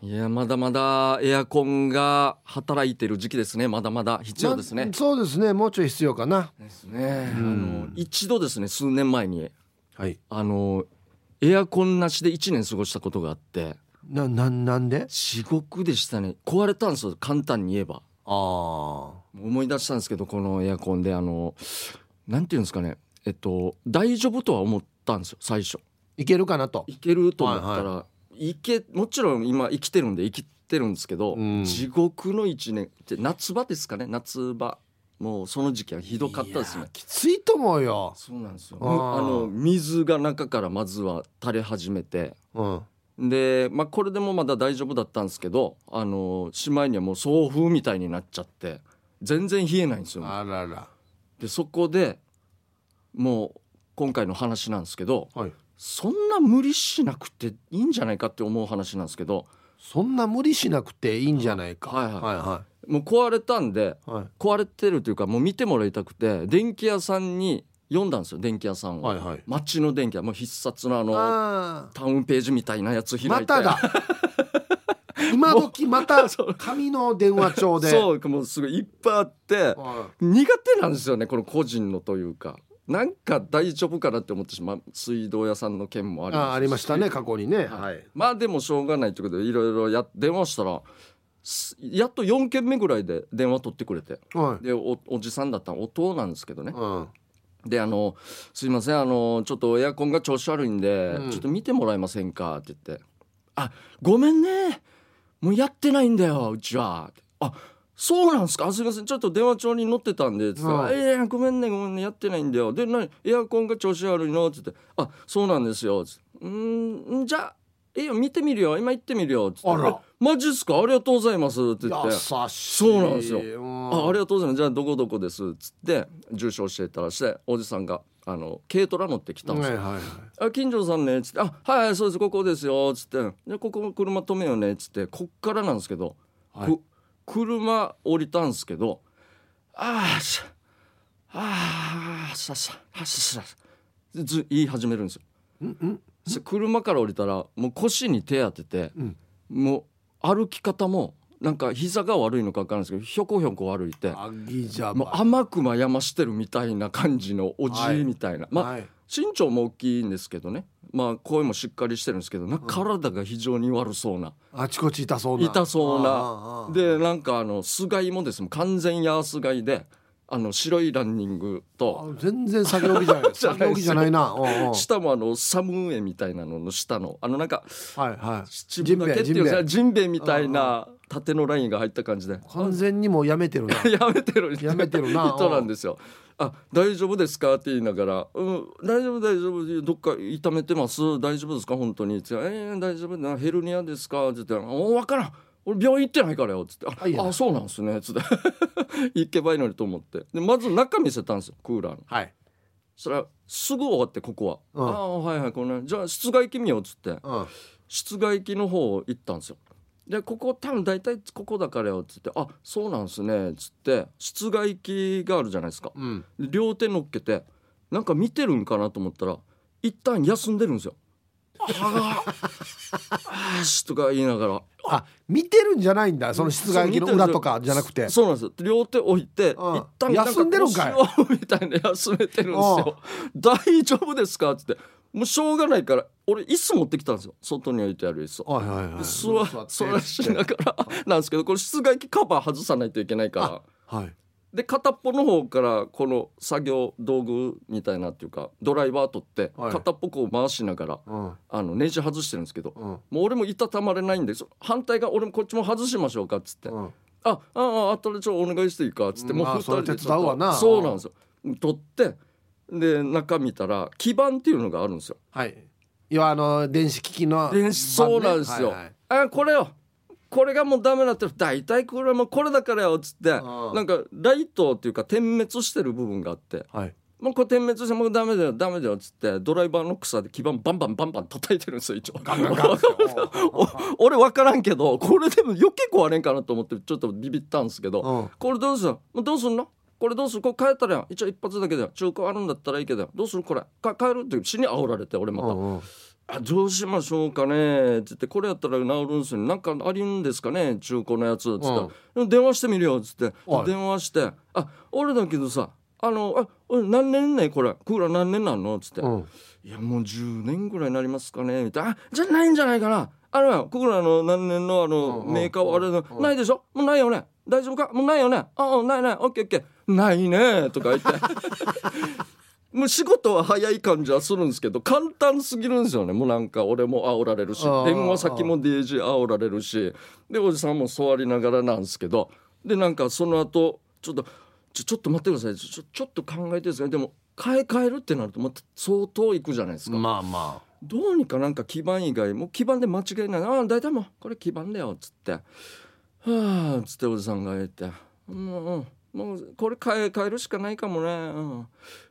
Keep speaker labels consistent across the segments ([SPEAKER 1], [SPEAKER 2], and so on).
[SPEAKER 1] いやまだまだエアコンが働いてる時期ですねまだまだ必要ですね
[SPEAKER 2] ま。そうですねもうちょい必要かな
[SPEAKER 1] ですね、
[SPEAKER 2] うん
[SPEAKER 1] あの一度ですね数年前に
[SPEAKER 2] はい
[SPEAKER 1] あのエアコンなしで1年過ごしたことがあって
[SPEAKER 2] ななんなんで
[SPEAKER 1] 地獄でしたね壊れたんですよ簡単に言えば
[SPEAKER 2] ああ
[SPEAKER 1] 思い出したんですけどこのエアコンであのなんていうんですかねえっと大丈夫とは思ったんですよ最初
[SPEAKER 2] いけるかなと
[SPEAKER 1] いけると思ったら、
[SPEAKER 2] はい
[SPEAKER 1] いけもちろん今生きてるんで生きてるんですけど、
[SPEAKER 2] うん
[SPEAKER 1] 地獄の1年って夏場ですかね夏場もうその時期はひどかったです
[SPEAKER 2] いや
[SPEAKER 1] ね
[SPEAKER 2] ーきついと思うよ、
[SPEAKER 1] そうなんですよ
[SPEAKER 2] あ
[SPEAKER 1] あ
[SPEAKER 2] ー
[SPEAKER 1] の水が中からまずは垂れ始めて
[SPEAKER 2] うん、
[SPEAKER 1] で、まあ、これでもまだ大丈夫だったんですけどあのしまいにはもう送風みたいになっちゃって全然冷えないんですよ
[SPEAKER 2] あらら
[SPEAKER 1] でそこでもう今回の話なんですけど
[SPEAKER 2] はい
[SPEAKER 1] そんな無理しなくていいんじゃないかって思う話なんですけど
[SPEAKER 2] そんな無理しなくていいんじゃないか
[SPEAKER 1] はいはい
[SPEAKER 2] は
[SPEAKER 1] もう壊れたんで
[SPEAKER 2] いはい
[SPEAKER 1] 壊れてるというかもう見てもらいたくて電気屋さんに読んだんですよ電気屋さんを、
[SPEAKER 2] はいはい
[SPEAKER 1] 町の電気屋もう必殺のあの
[SPEAKER 2] あ
[SPEAKER 1] タウンページみたいなやつ開い
[SPEAKER 2] ー
[SPEAKER 1] て
[SPEAKER 2] まただ 今時また
[SPEAKER 1] そう
[SPEAKER 2] 紙の電話帳でう
[SPEAKER 1] そうもうすごいいっぱいあって
[SPEAKER 2] は
[SPEAKER 1] 苦手なんですよねこの個人のというかなんか大丈夫かなって思ってしまう水道屋さんの件もあ
[SPEAKER 2] い
[SPEAKER 1] ります
[SPEAKER 2] あありましたね過去にねはい
[SPEAKER 1] まあでもしょうがないということでいろいろや電話したらすやっと4件目ぐらいで電話取ってくれて
[SPEAKER 2] はい
[SPEAKER 1] でおおじさんだったの音なんですけどね
[SPEAKER 2] うん
[SPEAKER 1] であの「すいませんあのちょっとエアコンが調子悪いんで、
[SPEAKER 2] うん
[SPEAKER 1] ちょっと見てもらえませんか」って言って「あごめんねもうやってないんだようちは」あそうなんですかあすいませんちょっと電話帳に載ってたんで」つって
[SPEAKER 2] うん
[SPEAKER 1] あいやいやごめんねごめんねやってないんだよ」で何エアコンが調子悪いの?」って言って「あそうなんですよ」つってうーんじゃあええよ見てみるよ今行ってみるよ」つって
[SPEAKER 2] あら
[SPEAKER 1] 「マジっすかありがとうございます」って言って
[SPEAKER 2] 優しい
[SPEAKER 1] そうなんですよ
[SPEAKER 2] うん
[SPEAKER 1] あありがとうございますじゃあどこどこですっつって住所教えたらしておじさんがあの軽トラ乗ってきたんです
[SPEAKER 2] はい
[SPEAKER 1] よ、
[SPEAKER 2] はいはい
[SPEAKER 1] あ近所さんねっつって「あはいはいそうですここですよ」っつって「でここ車止めようね」っつってこっからなんですけど、
[SPEAKER 2] はい
[SPEAKER 1] く車降りたんですけど「ああしああささあささ」ず言い始めるんですよ。
[SPEAKER 2] うんうん
[SPEAKER 1] そ車から降りたらもう腰に手当てて、
[SPEAKER 2] うん
[SPEAKER 1] もう歩き方もなんか膝が悪いのか分からないですけどひょこひょこ歩いて。
[SPEAKER 2] あぎじゃ
[SPEAKER 1] もう甘くまやましてるみたいな感じのおじ
[SPEAKER 2] はい
[SPEAKER 1] いみたいな、まあ、
[SPEAKER 2] はい
[SPEAKER 1] 身長も大きいんですけどね、まあ、声もしっかりしてるんですけどな体が非常に悪そうな、
[SPEAKER 2] あちこち痛そうな
[SPEAKER 1] 痛そうな
[SPEAKER 2] あーあ
[SPEAKER 1] で
[SPEAKER 2] ー
[SPEAKER 1] なんかあのすがいもですね完全ヤーすがいであの白いランニング
[SPEAKER 2] あ
[SPEAKER 1] と
[SPEAKER 2] 全然作業着じゃな い
[SPEAKER 1] じゃない
[SPEAKER 2] 作業着じゃないなうんうんはい
[SPEAKER 1] 下もあのサムエみたいなのの下のあのなんか
[SPEAKER 2] はい
[SPEAKER 1] 七分だけっていう
[SPEAKER 2] ジンベエ
[SPEAKER 1] かジンベエみたいな縦のラインが入った感じで
[SPEAKER 2] 完全にもうやめてる な
[SPEAKER 1] やめてる
[SPEAKER 2] やめてる な
[SPEAKER 1] 人なんですよ。あ大丈夫ですかって言いながら「うん大丈夫大丈夫どっか痛めてます大丈夫ですか本当に」って言ってえー大丈夫なヘルニアですか?」って言って「お分からん俺病院行ってないからよ」って言って「あ
[SPEAKER 2] あいいな
[SPEAKER 1] あそうなんですね」つって 行けばいいのにと思ってでまず中見せたんですよクーラーの
[SPEAKER 2] はい
[SPEAKER 1] そしたらすぐ終わってここは「
[SPEAKER 2] うん
[SPEAKER 1] ああはいはいこのじゃあ室外機見よう」っつって
[SPEAKER 2] うん
[SPEAKER 1] 室外機の方行ったんですよでここ多分大体ここだからよっつって「あそうなんですね」っつって室外機があるじゃないですか
[SPEAKER 2] うん
[SPEAKER 1] で両手乗っけてなんか見てるんかなと思ったら一旦休んでるんですよ。あーあーしとか言いながら
[SPEAKER 2] あ見てるんじゃないんだその室外機の裏とかじゃなくて
[SPEAKER 1] そう見るんですよそうなんですよ両手置いて、
[SPEAKER 2] うん
[SPEAKER 1] 一旦な
[SPEAKER 2] 休んでるんかい
[SPEAKER 1] 腰をみたいな休めてるんですよ「大丈夫ですか?」っつってもうしょうがないから俺椅子持ってきたんですよ外に置いてある椅子を。
[SPEAKER 2] はいはいはい
[SPEAKER 1] 座座らしながら なんですけどこれ室外機カバー外さないといけないから
[SPEAKER 2] はい
[SPEAKER 1] で片っぽの方からこの作業道具みたいなっていうかドライバー取って
[SPEAKER 2] はい
[SPEAKER 1] 片っぽこう回しながら
[SPEAKER 2] うん
[SPEAKER 1] あのネジ外してるんですけど
[SPEAKER 2] うん
[SPEAKER 1] もう俺もいたたまれないんでそ反対側俺もこっちも外しましょうかっつって「あ
[SPEAKER 2] うん
[SPEAKER 1] あああとでちょっとお願いしていいか」っつって
[SPEAKER 2] うん
[SPEAKER 1] もう
[SPEAKER 2] まあ
[SPEAKER 1] 二人で
[SPEAKER 2] それ手伝うわな
[SPEAKER 1] そうなんですよ取ってで中見たら基板っていうのがあるんですよ。
[SPEAKER 2] はい要はあの電子機器の
[SPEAKER 1] 電子そうなんですよ
[SPEAKER 2] はいはい
[SPEAKER 1] あこれよこれがもうダメだって大体これもこれだからよっつって
[SPEAKER 2] ん
[SPEAKER 1] なんかライトっていうか点滅してる部分があって
[SPEAKER 2] はい
[SPEAKER 1] もうこれ点滅してもうダメだよダメだよっつってドライバーの草で基板バンバンバンバン叩いてるんですよ一応
[SPEAKER 2] ガンガンガンですよ
[SPEAKER 1] お 俺分からんけどこれでも余計壊れんかなと思ってちょっとビビったんですけど
[SPEAKER 2] うん
[SPEAKER 1] これどうするもうどうすんのこれどうするこれ変えたらやん一応一発だけだよ中古あるんだったらいいけどどうするこれか変えるって死に煽られて俺また
[SPEAKER 2] うんうん
[SPEAKER 1] あどうしましょうかね」っつって「これやったら治るんすよなんかありんですかね中古のやつ」っつって、うん電話してみるよ」っつって
[SPEAKER 2] はい
[SPEAKER 1] 電話して「あ俺だけどさあのあ俺何年ねこれクーラー何年なんの?」っつって「
[SPEAKER 2] うん
[SPEAKER 1] いやもう10年ぐらいになりますかね」みたいな「あじゃないんじゃないかなあのクーラーの何年のあの
[SPEAKER 2] うんうん
[SPEAKER 1] メーカーはあれの
[SPEAKER 2] うん
[SPEAKER 1] ないでしょもうないよね大丈夫かもうないよねああないないオッケーオッケーないね」とか言って。 もう仕事は早い感じはするんですけど簡単すぎるんですよねもうなんか俺も煽られるし
[SPEAKER 2] あー
[SPEAKER 1] 電話先も DJ 煽られるしでおじさんも座りながらなんですけどでなんかその後ちょっとちょちょっと待ってくださいちょちょっと考えてですねでも買い替えるってなるとまた相当いくじゃないですか、
[SPEAKER 2] まあま
[SPEAKER 1] どうにかなんか基盤以外もう基盤で間違いないああ大体もうこれ基盤だよっつってはあっつっておじさんが言ってもうもうこれ変え変えるしかないかもね、うん、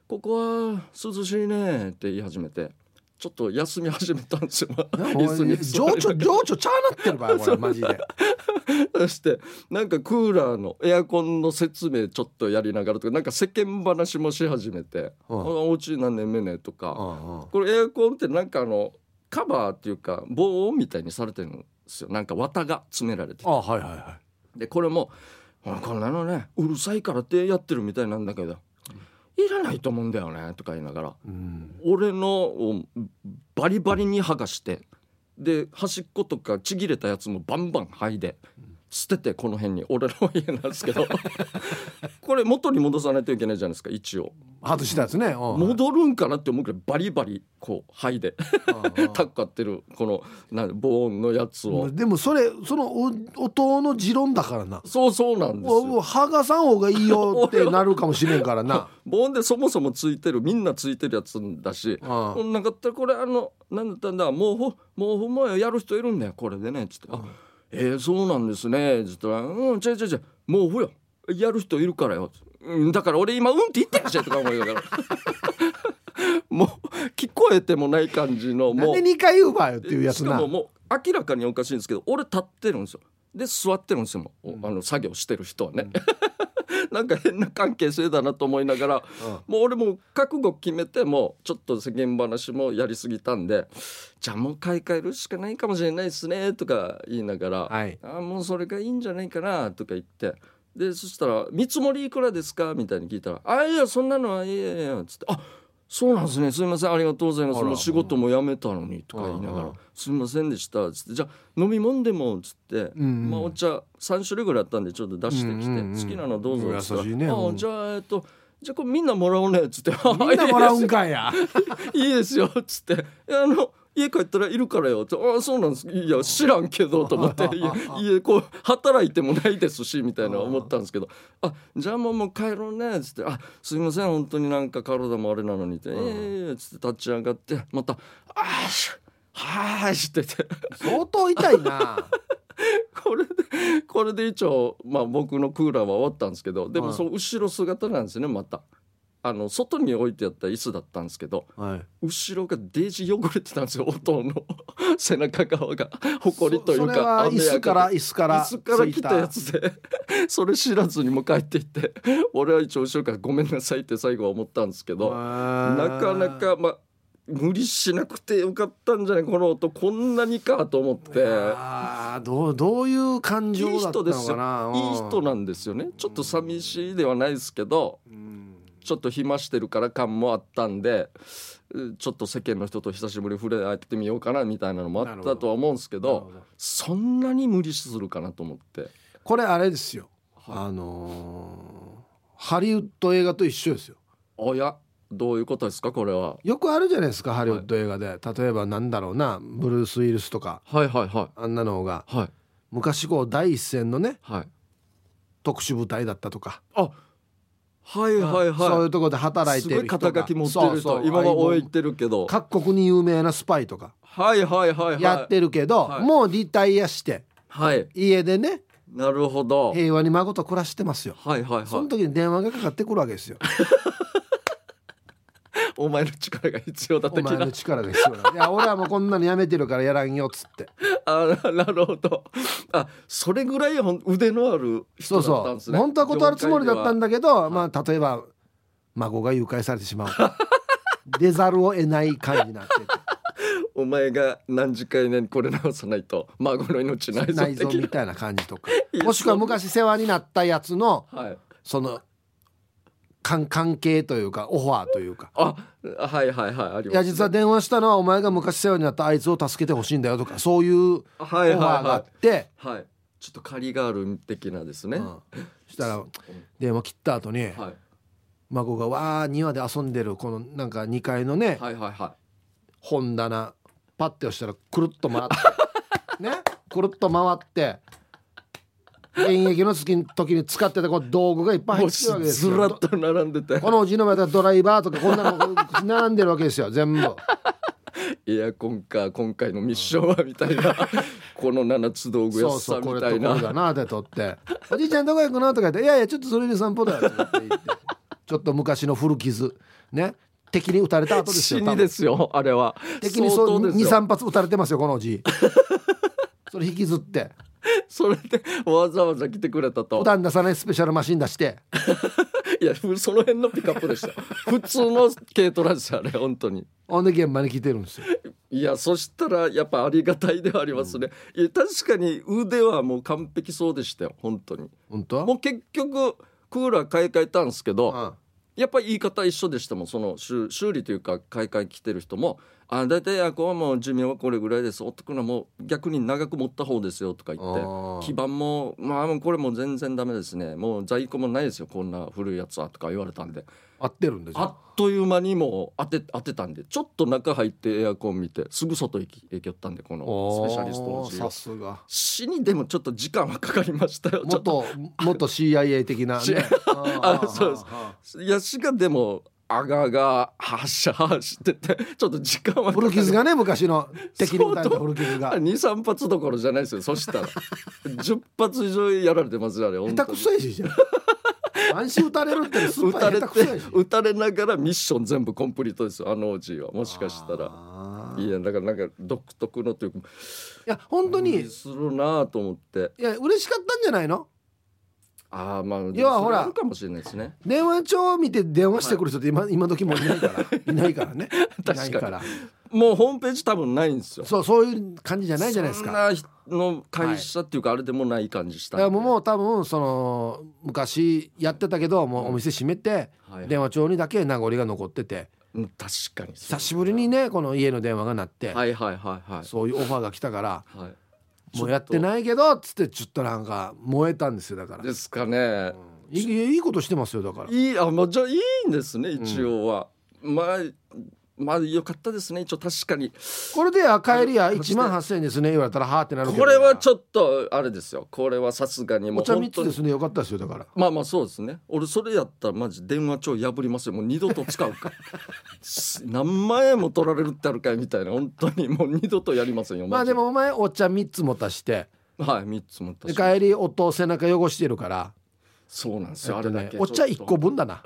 [SPEAKER 1] ここは涼しいねって言い始めてちょっと休み始めたんですよ
[SPEAKER 2] あ
[SPEAKER 1] 椅子に座り
[SPEAKER 2] 情緒情緒ちゃーなってる場合これマジで
[SPEAKER 1] そしてなんかクーラーのエアコンの説明ちょっとやりながらとかなんか世間話もし始めて「
[SPEAKER 2] うん
[SPEAKER 1] あお家何年目ね」とか、
[SPEAKER 2] うんうん
[SPEAKER 1] これエアコンってなんかあのカバーっていうか防音みたいにされてるんですよなんか綿が詰められてて
[SPEAKER 2] あはいはいは
[SPEAKER 1] でこれもほらこんなのねうるさいからってやってるみたいなんだけどいらないと思うんだよねとか言いながら
[SPEAKER 2] い、うん、
[SPEAKER 1] 俺のをバリバリに剥がしてで端っことかちぎれたやつもバンバン剥いで捨ててこの辺に俺の家なんですけ どこれ元に戻さないといけないじゃないですか一応
[SPEAKER 2] 外したやつね、うん、
[SPEAKER 1] 戻るんかなって思うけどバリバリこう剥いで
[SPEAKER 2] うんうん
[SPEAKER 1] タッカってるこのな防音のやつを
[SPEAKER 2] でもそれそのお音の持論だからな
[SPEAKER 1] そうそうなんです
[SPEAKER 2] お
[SPEAKER 1] よ
[SPEAKER 2] お剥がさん方がいいよってなるかもしれんからな
[SPEAKER 1] 防音でそもそもついてるみんなついてるやつだし
[SPEAKER 2] あ
[SPEAKER 1] こんなかったらこれあのなんだったんだ毛布毛布もやる人いるんだよこれでねつって「あえー、そうなんですね」つったら「うん違う違う違う毛布よやる人いるからよ」うん、だから俺今うんって言ってるじゃんとか思いながら もう聞こえてもない感じの
[SPEAKER 2] な
[SPEAKER 1] も
[SPEAKER 2] ん
[SPEAKER 1] う
[SPEAKER 2] で2回言うばよっていうやつ
[SPEAKER 1] し
[SPEAKER 2] な
[SPEAKER 1] かももう明らかにおかしいんですけど俺立ってるんですよで座ってるんですよもう、あの作業してる人はね、 なんか変な関係性だなと思いながら、もう俺もう覚悟決めてもうちょっと世間話もやりすぎたんでじゃあもう買い替えるしかないかもしれないですねとか言いながら、
[SPEAKER 2] はい
[SPEAKER 1] あもうそれがいいんじゃないかなとか言ってでそしたら「見積もりいくらですか?」みたいに聞いたら「あいやそんなのはいいやいや」つって「あそうなんですねすいませんありがとうございます
[SPEAKER 2] あら
[SPEAKER 1] もう仕事も辞めたのに」とか言いなが
[SPEAKER 2] うん
[SPEAKER 1] ら
[SPEAKER 2] うん
[SPEAKER 1] 「すいませんでした」つって「じゃあ飲み物でも」つって、
[SPEAKER 2] うん
[SPEAKER 1] まあ、お茶3種類ぐらいあったんでちょっと出してきて「
[SPEAKER 2] うんうんうん
[SPEAKER 1] 好きなのどうぞ」つったら
[SPEAKER 2] 優しいね
[SPEAKER 1] あ
[SPEAKER 2] うん
[SPEAKER 1] じゃあえっとじゃあこれみんなもらおうね」つって「
[SPEAKER 2] みんなもらうんかいや
[SPEAKER 1] いいですよ」っつって「いやあの家帰ったらいるからよ」って「ああそうなんですいや知らんけ ど」と思って「いや家こう働いてもないですし」みたいな思ったんですけど「あじゃあもうもう帰ろうね」っつって「あすいません本当になんか体もあれなのに」って「ええええつって立ち上がってまた「あーしはーい」してて。
[SPEAKER 2] 相当痛いな
[SPEAKER 1] これでこれで一応、まあ、僕のクーラーは終わったんですけどでも
[SPEAKER 2] はい
[SPEAKER 1] その後ろ姿なんですねまたあの外に置いてあった椅子だったんですけど
[SPEAKER 2] はい
[SPEAKER 1] 後ろがデージ汚れてたんですよ 音の背中側がほこりという
[SPEAKER 2] それ
[SPEAKER 1] か
[SPEAKER 2] は
[SPEAKER 1] 雨
[SPEAKER 2] 椅
[SPEAKER 1] や
[SPEAKER 2] 子から椅子から
[SPEAKER 1] 椅子から来たやつで それ知らずにもう帰っていって 俺は一応後ろから「ごめんなさい」って最後は思ったんですけどな
[SPEAKER 2] な
[SPEAKER 1] かなかまあ無理しなくてよかったんじゃないこの音こんなにかと思って。
[SPEAKER 2] ああどうどういう感情だったのかない
[SPEAKER 1] い人なんですよねちょっと寂しいではないですけど
[SPEAKER 2] うん
[SPEAKER 1] ちょっと暇してるから感もあったんでうんちょっと世間の人と久しぶりに触れ合ってみようかなみたいなのもあ
[SPEAKER 2] な
[SPEAKER 1] っ
[SPEAKER 2] るほど
[SPEAKER 1] たとは思うんですけ
[SPEAKER 2] なる
[SPEAKER 1] ど
[SPEAKER 2] ほど
[SPEAKER 1] そんなに無理するかなと思って
[SPEAKER 2] これあれですよ、
[SPEAKER 1] はい
[SPEAKER 2] あのーハリウッド映画と一緒ですよ
[SPEAKER 1] おやどういうことですかこれは
[SPEAKER 2] よくあるじゃないですかハリウッド映画で、例えばなんだろうなブルース・ウィルスとか
[SPEAKER 1] はいはいは
[SPEAKER 2] あんなのが
[SPEAKER 1] いはい
[SPEAKER 2] 昔こう第一線のね
[SPEAKER 1] はい
[SPEAKER 2] 特殊部隊だったとか、
[SPEAKER 1] あはいはい
[SPEAKER 2] そうい
[SPEAKER 1] は
[SPEAKER 2] うところで働
[SPEAKER 1] い
[SPEAKER 2] い
[SPEAKER 1] す
[SPEAKER 2] て
[SPEAKER 1] ご
[SPEAKER 2] る
[SPEAKER 1] い
[SPEAKER 2] 人が
[SPEAKER 1] 肩書き持ってる
[SPEAKER 2] そうそ
[SPEAKER 1] 人
[SPEAKER 2] う
[SPEAKER 1] 今は置
[SPEAKER 2] あ
[SPEAKER 1] いてるけど
[SPEAKER 2] 各国に有名なスパイとか
[SPEAKER 1] はいはいはい
[SPEAKER 2] やっ
[SPEAKER 1] は
[SPEAKER 2] てるけど、
[SPEAKER 1] はい
[SPEAKER 2] もうリタイアして
[SPEAKER 1] いはい
[SPEAKER 2] 家でね
[SPEAKER 1] なるほどはい
[SPEAKER 2] 平和に孫と暮らしてますよ
[SPEAKER 1] はいはい
[SPEAKER 2] その時に電話がかかってくるわけですよ
[SPEAKER 1] お前の力が必要だ
[SPEAKER 2] お
[SPEAKER 1] 的
[SPEAKER 2] 前
[SPEAKER 1] な
[SPEAKER 2] の力が 必要だいや俺はもうこんなのやめてるからやらんよっつって
[SPEAKER 1] あ なるほどあそれぐらいほん腕のある
[SPEAKER 2] そ
[SPEAKER 1] 人
[SPEAKER 2] う
[SPEAKER 1] だったん
[SPEAKER 2] そ
[SPEAKER 1] です
[SPEAKER 2] う
[SPEAKER 1] ね
[SPEAKER 2] 本当は断るつもりだったん
[SPEAKER 1] だ
[SPEAKER 2] だけどまあ例えば孫が誘拐されてしまう出ざるを得ない感じになってて
[SPEAKER 1] お前が何時間以内にこれ直さないと孫の命ないぞ
[SPEAKER 2] 内臓
[SPEAKER 1] 的
[SPEAKER 2] み
[SPEAKER 1] な
[SPEAKER 2] たいな感じとか
[SPEAKER 1] いや
[SPEAKER 2] もしくは昔世話になったやつの
[SPEAKER 1] はい
[SPEAKER 2] その関関係というかオファーというか
[SPEAKER 1] あはいはいはいあり
[SPEAKER 2] いや
[SPEAKER 1] ます
[SPEAKER 2] 実は電話したのはお前が昔世話になったあいつを助けてほしいんだよとかそういうオフ
[SPEAKER 1] は
[SPEAKER 2] ァ
[SPEAKER 1] いは
[SPEAKER 2] ー
[SPEAKER 1] い
[SPEAKER 2] があ
[SPEAKER 1] は
[SPEAKER 2] って、
[SPEAKER 1] いはいちょっと借りがある的なですね、
[SPEAKER 2] うんしたら電話切った後に
[SPEAKER 1] はい
[SPEAKER 2] 孫がわー庭で遊んでるこのなんか2階のね
[SPEAKER 1] はいはいは
[SPEAKER 2] 本棚パッて押したらくるっと 回ってねくるっと回って現役の時に時に使ってたこう道具がいっぱい
[SPEAKER 1] いもう
[SPEAKER 2] 入ってるわけです
[SPEAKER 1] ず
[SPEAKER 2] よ
[SPEAKER 1] らっと並んでて
[SPEAKER 2] このおじの前だったらドライバーとかこんなの並んでるわけ ですよ全部
[SPEAKER 1] エアコンか今回のミッションはみたい なこの7つ道具
[SPEAKER 2] そ
[SPEAKER 1] 屋
[SPEAKER 2] うそ
[SPEAKER 1] さ
[SPEAKER 2] うんこ
[SPEAKER 1] み
[SPEAKER 2] れ
[SPEAKER 1] た
[SPEAKER 2] と
[SPEAKER 1] い
[SPEAKER 2] これ
[SPEAKER 1] な
[SPEAKER 2] だなって取って「おじいちゃんどこ行くの?」とか言って「いやいやちょっとそれに散歩だよ」とかって言ってちょっと昔の古傷ね敵に撃たれた後ですよ
[SPEAKER 1] 死
[SPEAKER 2] 多
[SPEAKER 1] に
[SPEAKER 2] 分
[SPEAKER 1] ですよあれは
[SPEAKER 2] 敵にそ
[SPEAKER 1] 相
[SPEAKER 2] う
[SPEAKER 1] 当ですよ
[SPEAKER 2] 23発撃たれてますよこの おじいそれ引きずって
[SPEAKER 1] それでわざわざ来てくれたと
[SPEAKER 2] 普段出さないスペシャルマシン出して
[SPEAKER 1] いやふその辺のピカップでした普通の軽トラですよあれ本当に
[SPEAKER 2] ほんで現場に来てるんですよ
[SPEAKER 1] いやそしたらやっぱありがたいではありますね、いや確かに腕はもう完璧そうでしたよ本当に
[SPEAKER 2] 本当
[SPEAKER 1] もう結局クーラー買い替えたんですけど、
[SPEAKER 2] うん
[SPEAKER 1] やっぱり言い方一緒でしたもんその修修理というか買い替え来てる人も「あ大体エアコンはもう寿命はこれぐらいですお得なもう逆に長く持った方ですよ」とか言って
[SPEAKER 2] あー
[SPEAKER 1] 基盤も「まあもうこれもう全然ダメですねもう在庫もないですよこんな古いやつは」とか言われたんで
[SPEAKER 2] 合ってるんでし
[SPEAKER 1] あ
[SPEAKER 2] ょ
[SPEAKER 1] っという間にもう当て当てたんでちょっと中入ってエアコン見てすぐ外行き行きよったんでこのスペシャリストの
[SPEAKER 2] おー
[SPEAKER 1] 授
[SPEAKER 2] さ
[SPEAKER 1] 業
[SPEAKER 2] すが
[SPEAKER 1] 死にでもちょっと時間はかかりましたよちょっと
[SPEAKER 2] 元元 CIA 的な
[SPEAKER 1] し
[SPEAKER 2] ね
[SPEAKER 1] あそうですヤシがでもあがあがはっしゃはっしゃっててちょっと時間はかか
[SPEAKER 2] 古
[SPEAKER 1] る
[SPEAKER 2] 傷がね昔の敵に撃たれた古 傷が
[SPEAKER 1] 23発どころじゃないですよそしたら10発以上やられてますよあれ本当
[SPEAKER 2] 下手く
[SPEAKER 1] に
[SPEAKER 2] そやしじゃん安心打たれるってのスー
[SPEAKER 1] 撃
[SPEAKER 2] パ
[SPEAKER 1] た
[SPEAKER 2] ー
[SPEAKER 1] れ
[SPEAKER 2] 下
[SPEAKER 1] て
[SPEAKER 2] 手くそやし
[SPEAKER 1] 撃たれながらミッション全部コンプリートですよあのおじいはもしかしたら
[SPEAKER 2] あー
[SPEAKER 1] いやだからなんか独特のというか
[SPEAKER 2] いや本当にい
[SPEAKER 1] するなぁと思って
[SPEAKER 2] や嬉しかったんじゃないの
[SPEAKER 1] ああまあでも
[SPEAKER 2] 要は
[SPEAKER 1] それ
[SPEAKER 2] ほら
[SPEAKER 1] あるかもしれないですね
[SPEAKER 2] 電話帳を見て電話してくる人って今今時もういないから いないからね
[SPEAKER 1] かに
[SPEAKER 2] いないから
[SPEAKER 1] もうホームページ多分ないんですよ
[SPEAKER 2] そうそういう感じじゃないじゃないですか
[SPEAKER 1] そんなの会社っていうかあれでもない感じした
[SPEAKER 2] だからもうもう多分その昔やってたけどもうお店閉めて
[SPEAKER 1] はい
[SPEAKER 2] 電話帳にだけ名残が残ってて
[SPEAKER 1] うん確かに
[SPEAKER 2] 久しぶりにねこの家の電話が鳴って
[SPEAKER 1] はいはいはいはい
[SPEAKER 2] そういうオファーが来たから
[SPEAKER 1] はい
[SPEAKER 2] もうやってないけどっつってちょっとなんか燃えたんですよだからい
[SPEAKER 1] ですかね
[SPEAKER 2] いいいことしてますよだから
[SPEAKER 1] いいあまあじゃあいいんですね一応は、まあまあよかったですね一応確かに
[SPEAKER 2] これであ帰りや1万8000円ですね言われたらはあってなるけど
[SPEAKER 1] これはちょっとあれですよこれはさすがにも
[SPEAKER 2] お
[SPEAKER 1] う
[SPEAKER 2] 茶
[SPEAKER 1] 本
[SPEAKER 2] 3
[SPEAKER 1] 当
[SPEAKER 2] つ
[SPEAKER 1] に
[SPEAKER 2] ですねよかったですよだから
[SPEAKER 1] まあまあそうですね俺それやったらマジ電話帳破りますよもう二度と使う かす何万円も取られるってあるかいみたいな本当にもう二度とやりませんよ
[SPEAKER 2] まあ
[SPEAKER 1] マジ
[SPEAKER 2] でもお前お茶3つ持たして
[SPEAKER 1] はい3つも
[SPEAKER 2] で
[SPEAKER 1] 確かに
[SPEAKER 2] 帰り夫背中汚してるから
[SPEAKER 1] そうなんです
[SPEAKER 2] え
[SPEAKER 1] よ、
[SPEAKER 2] っ
[SPEAKER 1] あ
[SPEAKER 2] と
[SPEAKER 1] れ
[SPEAKER 2] ね
[SPEAKER 1] だけ
[SPEAKER 2] お茶
[SPEAKER 1] ちょ
[SPEAKER 2] 1
[SPEAKER 1] っと
[SPEAKER 2] 個分だ な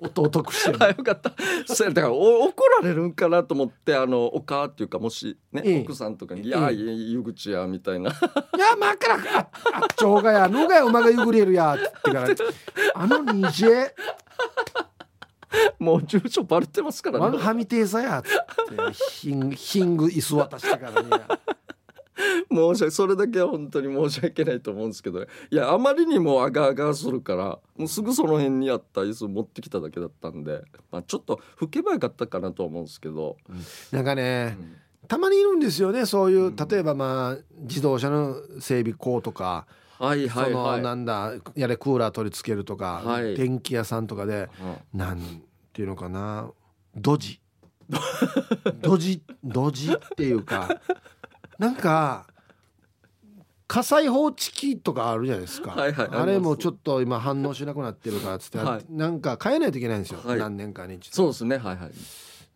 [SPEAKER 2] 夫お得してる
[SPEAKER 1] あよかったそうだからお怒られるんかなと思ってあのおかっていうかもしね、
[SPEAKER 2] ええ
[SPEAKER 1] 奥さんとかに「いや
[SPEAKER 2] ええ
[SPEAKER 1] いい湯口や」みたいな
[SPEAKER 2] いや、まっからか、ああっちょうがや、のがや、馬がゆぐれるや、つってから。あの二ジェ、
[SPEAKER 1] もう住所バレてますから
[SPEAKER 2] ワン
[SPEAKER 1] ね
[SPEAKER 2] ハミテーザや、つって、ヒン、ヒング椅子渡してからね。
[SPEAKER 1] 申し訳それだけは本当に申し訳ないと思うんですけどねいやあまりにもアガアガするからもうすぐその辺にあった椅子持ってきただけだったんで、まあ、ちょっと吹けばよかったかなとは思うんですけど、
[SPEAKER 2] なんか
[SPEAKER 1] う
[SPEAKER 2] ね、
[SPEAKER 1] ん
[SPEAKER 2] たまにいるんですよね、そういう、例えば、まあ、自動車の整備工とか。
[SPEAKER 1] はい
[SPEAKER 2] そ
[SPEAKER 1] はい
[SPEAKER 2] の、
[SPEAKER 1] はい
[SPEAKER 2] なんだ、やれ、クーラー取り付けるとか
[SPEAKER 1] はい、
[SPEAKER 2] 電気屋さんとかで、なんていうのかな、ドジ。ドジ、ドジっていうか、なんか。火災報知器とかあるじゃないですか。
[SPEAKER 1] はいはい
[SPEAKER 2] あれもちょっと今反応しなくなってるからっつって、
[SPEAKER 1] はい
[SPEAKER 2] なんか変えないといけないんですよ。
[SPEAKER 1] はい
[SPEAKER 2] 何年かに一度。
[SPEAKER 1] そうですねはいはい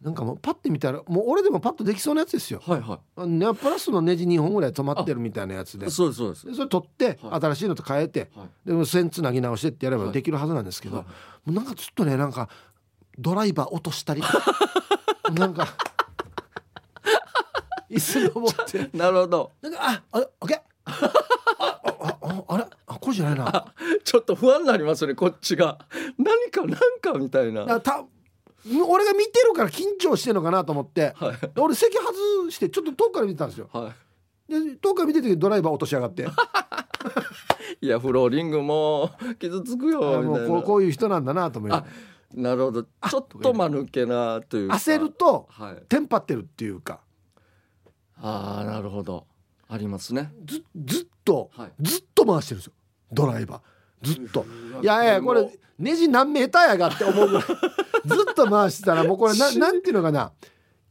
[SPEAKER 2] なんかもうパッて見たら、もう俺でもパッとできそうなやつですよ。
[SPEAKER 1] はいは
[SPEAKER 2] あネアプラスのネジ2本ぐらい止まってるみたいなやつで。
[SPEAKER 1] い
[SPEAKER 2] で
[SPEAKER 1] そうですそうです、
[SPEAKER 2] それ取って、
[SPEAKER 1] はい
[SPEAKER 2] 新しいのと変えて、
[SPEAKER 1] はい
[SPEAKER 2] でも線つなぎ直してってやれば
[SPEAKER 1] はい
[SPEAKER 2] できるはずなんですけど、
[SPEAKER 1] はい
[SPEAKER 2] もうなんかちょっとねなんかドライバー落としたり なんか椅子登っ て
[SPEAKER 1] なるほど
[SPEAKER 2] なんかああれオッケーああああれあこれじゃないな だか
[SPEAKER 1] ちょっと不安になりますねこっちが何か何かみたいな
[SPEAKER 2] らた俺が見てるから緊張してるのかなと思って
[SPEAKER 1] はい
[SPEAKER 2] で俺席外してちょっと遠くから見てたんですよ
[SPEAKER 1] は
[SPEAKER 2] で遠くから見てる時にドライバー落としやがってあ
[SPEAKER 1] い、いやフローリングも傷つくよみ
[SPEAKER 2] も
[SPEAKER 1] た
[SPEAKER 2] う
[SPEAKER 1] い
[SPEAKER 2] こ
[SPEAKER 1] な
[SPEAKER 2] うこういう人なんだなと思いながら
[SPEAKER 1] なるほどちょっと間抜けなというか
[SPEAKER 2] 焦ると
[SPEAKER 1] はい
[SPEAKER 2] テンパってるっていうか
[SPEAKER 1] ああなるほどありますね
[SPEAKER 2] ずずっと
[SPEAKER 1] はい
[SPEAKER 2] ずっと回してるんですよドライバーずっと
[SPEAKER 1] うわ
[SPEAKER 2] いやいや
[SPEAKER 1] も
[SPEAKER 2] こ
[SPEAKER 1] う
[SPEAKER 2] れネジ何メーターやがって思うぐらいずっと回してたらもうこ れななんていうのかな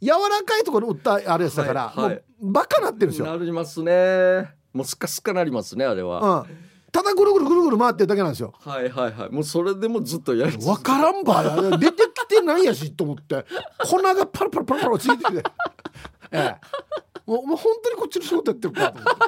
[SPEAKER 2] 柔らかいところに打ったあれやったから、
[SPEAKER 1] はいはい
[SPEAKER 2] もうバカなってるんですよ、
[SPEAKER 1] なりますねもうスカスカなりますねあれは、
[SPEAKER 2] うん、ただぐるぐるぐるぐる回ってるだけなんですよ
[SPEAKER 1] はいはいはいもうそれでもずっとやる
[SPEAKER 2] わからんばや出てきてないやしと思って粉がパラパラパラパラ落ちてきて、 ええ、もうもう本当にこっちの仕事やってるかと思って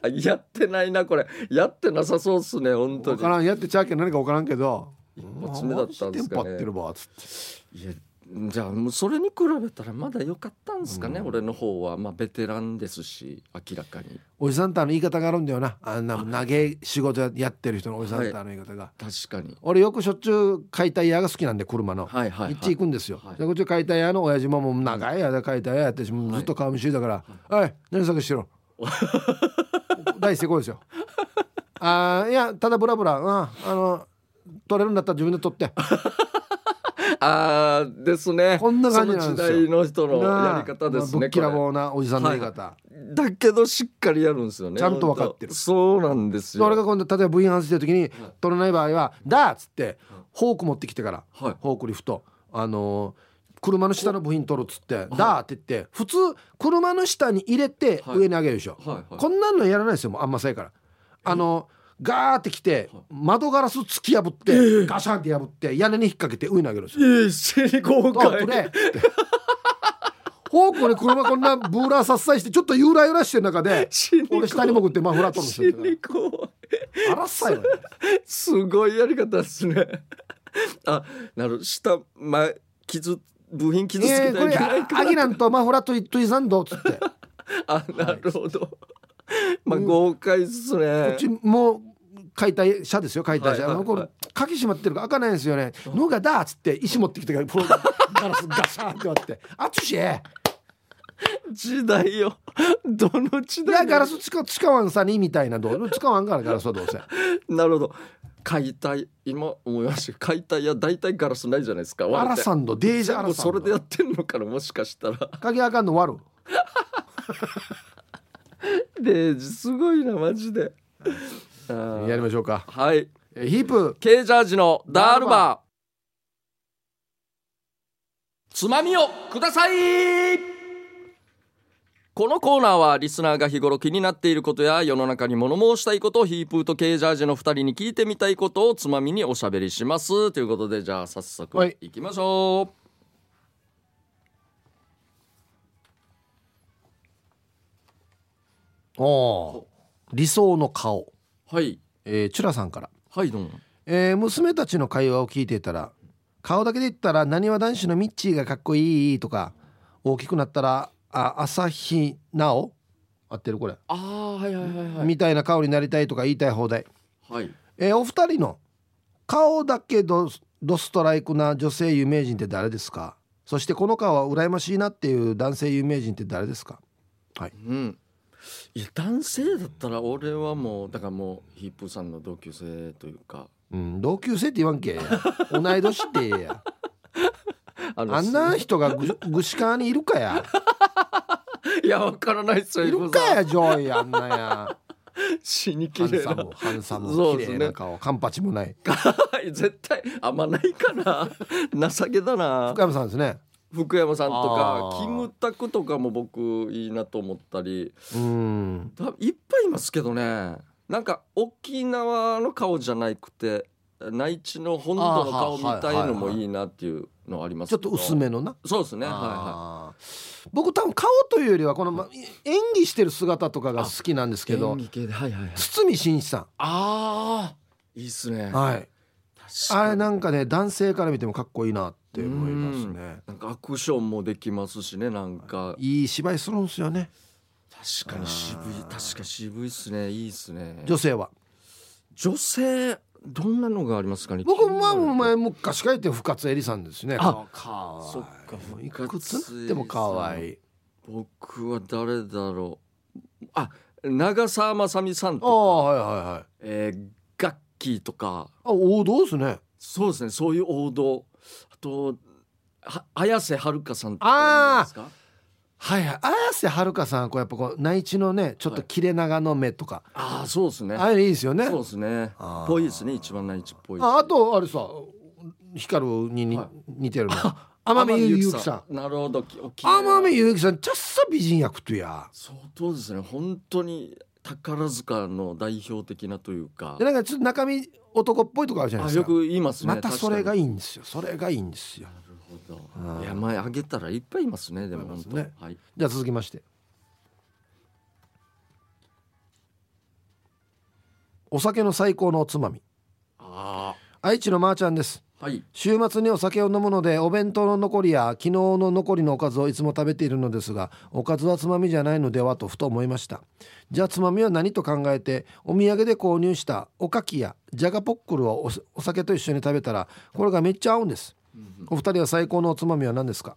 [SPEAKER 1] あ やってないなこれやってなさそうっすね本当
[SPEAKER 2] わ
[SPEAKER 1] に
[SPEAKER 2] からんやってちゃうけど何かわからんけど一
[SPEAKER 1] 発目だったんですかね
[SPEAKER 2] テンパってるばつって
[SPEAKER 1] いやじゃあもうそれに比べたらまだ良かったんですかね、俺の方はまあベテランですし明らかに
[SPEAKER 2] おじさんたの言い方があるんだよなあんな長い仕事やってる人のおじさんたの言い方が、
[SPEAKER 1] 確かに
[SPEAKER 2] 俺よくしょっちゅう解体屋が好きなんで車の、
[SPEAKER 1] はいはいはい
[SPEAKER 2] 行って行くんですよ、
[SPEAKER 1] はい
[SPEAKER 2] でこっち解体屋の親父ももう長い間解体屋やってしもうずっと顔見知りだから「おい何探し てろ」大成功ですよあーいやただブラブラうんあの取れるんだったら自分で取って
[SPEAKER 1] あーですね
[SPEAKER 2] こんな感じなんですよ
[SPEAKER 1] その時代の人のやり方です
[SPEAKER 2] ぶ
[SPEAKER 1] ね
[SPEAKER 2] っきら
[SPEAKER 1] これ
[SPEAKER 2] ぼうなおじさんの言い方、
[SPEAKER 1] だけどしっかりやるんですよね
[SPEAKER 2] ちゃんとわかってる
[SPEAKER 1] そうなんです
[SPEAKER 2] で
[SPEAKER 1] よ
[SPEAKER 2] 俺が今度例えば部員外してる時に取れない場合は「だ!」っつってフォーク持ってきてから、
[SPEAKER 1] はい
[SPEAKER 2] フォークリフトあのー車の下の部品取るっつって「だ!」って言って普通車の下に入れて
[SPEAKER 1] はい
[SPEAKER 2] 上に上げるでしょ、
[SPEAKER 1] はいはい
[SPEAKER 2] こんなのやらないですよもうあんまさいからあのガーって来て窓ガラス突き破って、ガシャンって破って屋根に引っ掛けて上に上げるんですよ
[SPEAKER 1] ええ正
[SPEAKER 2] 「
[SPEAKER 1] 合
[SPEAKER 2] あ取れ!」っつってフォークに車こんなブーラー殺災してちょっとゆらゆらしてる中で
[SPEAKER 1] 死に
[SPEAKER 2] 俺下に潜ってマフラー取るんで
[SPEAKER 1] 死
[SPEAKER 2] すよ
[SPEAKER 1] に怖い
[SPEAKER 2] あらっさいわね
[SPEAKER 1] すごいやり方ですねあなる下前傷部品傷つけな
[SPEAKER 2] ええ
[SPEAKER 1] い
[SPEAKER 2] こ
[SPEAKER 1] とい
[SPEAKER 2] れ
[SPEAKER 1] けない
[SPEAKER 2] あ
[SPEAKER 1] か
[SPEAKER 2] ア
[SPEAKER 1] ら、
[SPEAKER 2] ギランとマフラーとイトイザンドっつってこ
[SPEAKER 1] あなるほど、まあ豪快ですね
[SPEAKER 2] っちもう解体車ですよ解体車、
[SPEAKER 1] はいはい
[SPEAKER 2] あのこれ
[SPEAKER 1] はい
[SPEAKER 2] 鍵閉まってるから開かないんですよね「のがだ」っつって石持ってきてからプロガラスガシャーンって割って「あつし!」いや
[SPEAKER 1] 時代よどの時代
[SPEAKER 2] ガラス使使わんさにみたいなどう使わんからガラスはどうせあ
[SPEAKER 1] なるほど解体今思いました解体や大体ガラスないじゃないですか
[SPEAKER 2] ら
[SPEAKER 1] ん
[SPEAKER 2] さんどデージあ
[SPEAKER 1] も
[SPEAKER 2] ら
[SPEAKER 1] う
[SPEAKER 2] さ
[SPEAKER 1] そ
[SPEAKER 2] ん
[SPEAKER 1] れ
[SPEAKER 2] ど
[SPEAKER 1] でやってんのかなもしかしたら
[SPEAKER 2] 鍵あかんの割る
[SPEAKER 1] レイジすごいなマジであー
[SPEAKER 2] やりましょうか
[SPEAKER 1] はい
[SPEAKER 2] えヒープ
[SPEAKER 1] ケージャージのダールバーつまみをくださいこのコーナーはリスナーが日頃気になっていることや世の中に物申したいことヒープーとケージャージの2人に聞いてみたいことをつまみにおしゃべりしますということでじゃあ早
[SPEAKER 2] は
[SPEAKER 1] 速
[SPEAKER 2] い
[SPEAKER 1] いきましょ
[SPEAKER 2] おおー理想の顔
[SPEAKER 1] うはい
[SPEAKER 2] えーチュラさんから
[SPEAKER 1] はいどうも
[SPEAKER 2] えー娘たちの会話を聞いていたら顔だけで言ったらなにわ男子のミッチーがかっこいいとか大きくなったらあ朝日奈央合ってるこれ、
[SPEAKER 1] ああはいはいはいはい
[SPEAKER 2] みたいな顔になりたいとか言いたい放題、
[SPEAKER 1] はい
[SPEAKER 2] えーお二人の顔だけどドストライクな女性有名人って誰ですかそしてこの顔は羨ましいなっていう男性有名人って誰ですかはい
[SPEAKER 1] うん、いや男性だったら俺はもうだからもうヒップーさんの同級生というか
[SPEAKER 2] うん同級生って言わんけ同い年って や
[SPEAKER 1] あ
[SPEAKER 2] あんな人がぐぐしかにいるかや
[SPEAKER 1] いやわからないっすよ
[SPEAKER 2] い
[SPEAKER 1] ヒップ
[SPEAKER 2] る
[SPEAKER 1] ーさ
[SPEAKER 2] か
[SPEAKER 1] ん
[SPEAKER 2] やジョイあんなや
[SPEAKER 1] 死に
[SPEAKER 2] ハ
[SPEAKER 1] きれ
[SPEAKER 2] ン
[SPEAKER 1] いな
[SPEAKER 2] サム、ハンサム、
[SPEAKER 1] そうで
[SPEAKER 2] 綺
[SPEAKER 1] すね
[SPEAKER 2] 麗な顔、カンパチもない。
[SPEAKER 1] 絶対あんまないかな情けだな
[SPEAKER 2] 深山さんですね。
[SPEAKER 1] 福山さんと
[SPEAKER 2] あ
[SPEAKER 1] か
[SPEAKER 2] ー
[SPEAKER 1] キムタクとかも僕いいなと思ったり
[SPEAKER 2] うん。
[SPEAKER 1] だいっぱいいますけどねなんか沖縄の顔じゃなくて内地の本土の顔みたいのもいいなっていうのはあります
[SPEAKER 2] ちょ
[SPEAKER 1] けど
[SPEAKER 2] っと薄めのな。
[SPEAKER 1] そうですねはいは
[SPEAKER 2] あー僕多分顔というよりはこの、ま、演技してる姿とかが好きなんです
[SPEAKER 1] い
[SPEAKER 2] けど
[SPEAKER 1] 演技系ではいはいはい
[SPEAKER 2] 堤真一さ
[SPEAKER 1] ああいいっすね
[SPEAKER 2] ん、はい、
[SPEAKER 1] 確
[SPEAKER 2] あ
[SPEAKER 1] か
[SPEAKER 2] れ
[SPEAKER 1] に
[SPEAKER 2] なんかね男性から見てもかっこいいなって思いますね
[SPEAKER 1] なんかアクションもできますしねなんか
[SPEAKER 2] いい芝居するんですよね
[SPEAKER 1] 確かに渋い確かに渋いっすねいいっすね
[SPEAKER 2] 女性は
[SPEAKER 1] 女性どんなのがありますかね
[SPEAKER 2] 僕まあ
[SPEAKER 1] 気になる
[SPEAKER 2] 前昔書いて深津絵里さんですね
[SPEAKER 1] あ
[SPEAKER 2] かわいい
[SPEAKER 1] そっか
[SPEAKER 2] もういくつになっても可愛い
[SPEAKER 1] 僕は誰だろうあ長澤まさみさん
[SPEAKER 2] あ
[SPEAKER 1] と
[SPEAKER 2] あ
[SPEAKER 1] か、
[SPEAKER 2] はいはいはい
[SPEAKER 1] えー、ガッキーとか
[SPEAKER 2] あ王道ですね
[SPEAKER 1] そうですねそういう王道あとは綾瀬はるかさんとかいいんじゃないですか
[SPEAKER 2] はいはい綾瀬はるかさんこうやっぱこう内地のねちょっと切れ長の目とか、
[SPEAKER 1] ああそうですね
[SPEAKER 2] あれいいですよね
[SPEAKER 1] そうですね
[SPEAKER 2] あー
[SPEAKER 1] ぽいですね一番内地っぽい
[SPEAKER 2] ああとあれさ光るにに、
[SPEAKER 1] はい
[SPEAKER 2] 似てるの天海祐希さん
[SPEAKER 1] なるほどきおきれいな
[SPEAKER 2] 天海祐希さんちゃっさ美人役とや
[SPEAKER 1] 相当ですね本当に宝塚の代表的なというか
[SPEAKER 2] でなんかちょっと中身男っぽいとこあるじゃな
[SPEAKER 1] あ
[SPEAKER 2] いです
[SPEAKER 1] よ
[SPEAKER 2] か
[SPEAKER 1] く言いますね
[SPEAKER 2] またそれが
[SPEAKER 1] い
[SPEAKER 2] いいんですよそれがいいんですよ
[SPEAKER 1] なるほ
[SPEAKER 2] う
[SPEAKER 1] ど
[SPEAKER 2] ん
[SPEAKER 1] いや前あげたらいっぱいいますねでも
[SPEAKER 2] いま
[SPEAKER 1] 本
[SPEAKER 2] す
[SPEAKER 1] 当、
[SPEAKER 2] ね
[SPEAKER 1] はい
[SPEAKER 2] じゃあ続きましてお酒の最高のおつまみ
[SPEAKER 1] あ
[SPEAKER 2] 愛知のまーちゃんです
[SPEAKER 1] あはい
[SPEAKER 2] 週末にお酒を飲むのでお弁当の残りや昨日の残りのおかずをいつも食べているのですがおかずはつまみじゃないのではとふと思いましたじゃあつまみは何と考えてお土産で購入したおかきやじゃがポックルをおお酒と一緒に食べたらこれがめっちゃ合うんですお二人は最高のおつまみは何ですか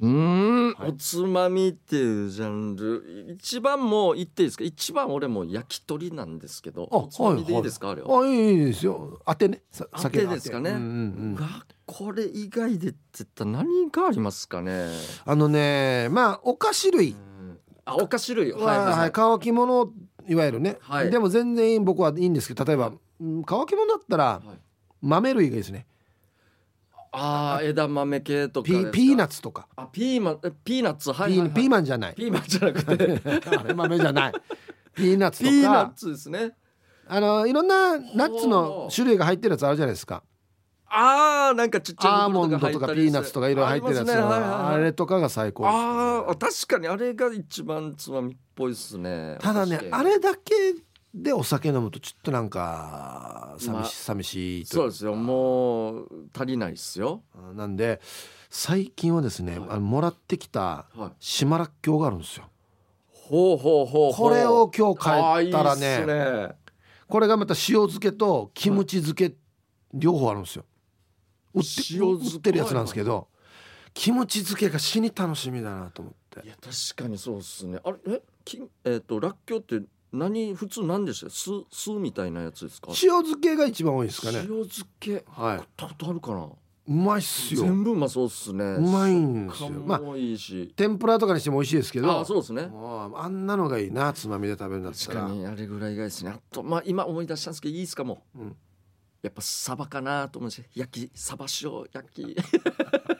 [SPEAKER 1] うーん、おつまみっていうジャンル一番もう言っていいですか一番俺もう焼き鳥なんですけど
[SPEAKER 2] あ
[SPEAKER 1] おつまみでいいですか、あれは
[SPEAKER 2] あいいいいですよ当てねさ
[SPEAKER 1] 当
[SPEAKER 2] 酒
[SPEAKER 1] て
[SPEAKER 2] の
[SPEAKER 1] ですかね、
[SPEAKER 2] うんうんうん
[SPEAKER 1] うわこれ以外でって言ったら何がありますかね、
[SPEAKER 2] あのねまあお菓子類
[SPEAKER 1] あお菓子類はいはい
[SPEAKER 2] は、
[SPEAKER 1] は
[SPEAKER 2] はいい、乾き物いわゆるね、
[SPEAKER 1] はい
[SPEAKER 2] でも全然僕はいいんですけど例えば、うん乾き物だったら
[SPEAKER 1] はい
[SPEAKER 2] 豆類がいいですね
[SPEAKER 1] ああ枝豆系とか
[SPEAKER 2] ピ
[SPEAKER 1] ですか
[SPEAKER 2] ーピーナッツとか、
[SPEAKER 1] あピーマンえピーナッツはい
[SPEAKER 2] ピ
[SPEAKER 1] はい、は
[SPEAKER 2] ー
[SPEAKER 1] い、
[SPEAKER 2] ピーマンじゃない
[SPEAKER 1] ピーマンじゃなく て
[SPEAKER 2] あれ豆じ ゃないピーナッツ
[SPEAKER 1] ピー
[SPEAKER 2] と
[SPEAKER 1] ナッ
[SPEAKER 2] か
[SPEAKER 1] ツですね
[SPEAKER 2] あのいろんなナッツの種類が入ってるやつあるじゃないですか
[SPEAKER 1] ああなんかちっちゃい
[SPEAKER 2] アーモンド
[SPEAKER 1] 袋
[SPEAKER 2] とか
[SPEAKER 1] 入った
[SPEAKER 2] ピ
[SPEAKER 1] り
[SPEAKER 2] ーナッツとかいろいろ入ってるやつ
[SPEAKER 1] ありますねはいはい
[SPEAKER 2] あ
[SPEAKER 1] はい
[SPEAKER 2] れとかが最高ですね
[SPEAKER 1] あー確かにあれが一番つまみっぽいですね
[SPEAKER 2] ただね
[SPEAKER 1] 確かに
[SPEAKER 2] あれだけでお酒飲むとちょっとなんか寂し,、
[SPEAKER 1] まあ
[SPEAKER 2] 寂しいとい
[SPEAKER 1] そううですよもう足りないっすよ
[SPEAKER 2] かなんで最近はですね、
[SPEAKER 1] はい
[SPEAKER 2] あのもらってきた
[SPEAKER 1] はい
[SPEAKER 2] 島らっきょうがあるんですよ
[SPEAKER 1] ほうほうほうほう
[SPEAKER 2] これを今日
[SPEAKER 1] あ
[SPEAKER 2] 変
[SPEAKER 1] ー
[SPEAKER 2] えたら
[SPEAKER 1] いいっす
[SPEAKER 2] ねこれがまた塩漬けとキムチ漬け両方あるんですよ売って
[SPEAKER 1] 塩漬け
[SPEAKER 2] 売ってるやつなんですけどキムチ漬けが死に楽しみだなと思って
[SPEAKER 1] いや確かにそうっすねあれえきえっ、とらっきょうって何普通なんでした酢酢みたいなやつですか
[SPEAKER 2] 塩漬けが一番多いですかね
[SPEAKER 1] 塩漬け
[SPEAKER 2] は
[SPEAKER 1] 食
[SPEAKER 2] い
[SPEAKER 1] ったことあるかな
[SPEAKER 2] うまいっすよ
[SPEAKER 1] 全部うまそうっすね
[SPEAKER 2] うまいんですよ
[SPEAKER 1] 食
[SPEAKER 2] まあ
[SPEAKER 1] 感もいいし、
[SPEAKER 2] 天ぷらとかにしても美味しいですけ
[SPEAKER 1] あ
[SPEAKER 2] ど
[SPEAKER 1] ーそうですね
[SPEAKER 2] もうあんなのがいいなつまみで食べるんだった
[SPEAKER 1] 確
[SPEAKER 2] ら
[SPEAKER 1] かにあれぐらいがいいですねあとまあ今思い出したんですけどいいですかもう、
[SPEAKER 2] うん
[SPEAKER 1] やっぱサバかなと思うし焼きサバ塩焼き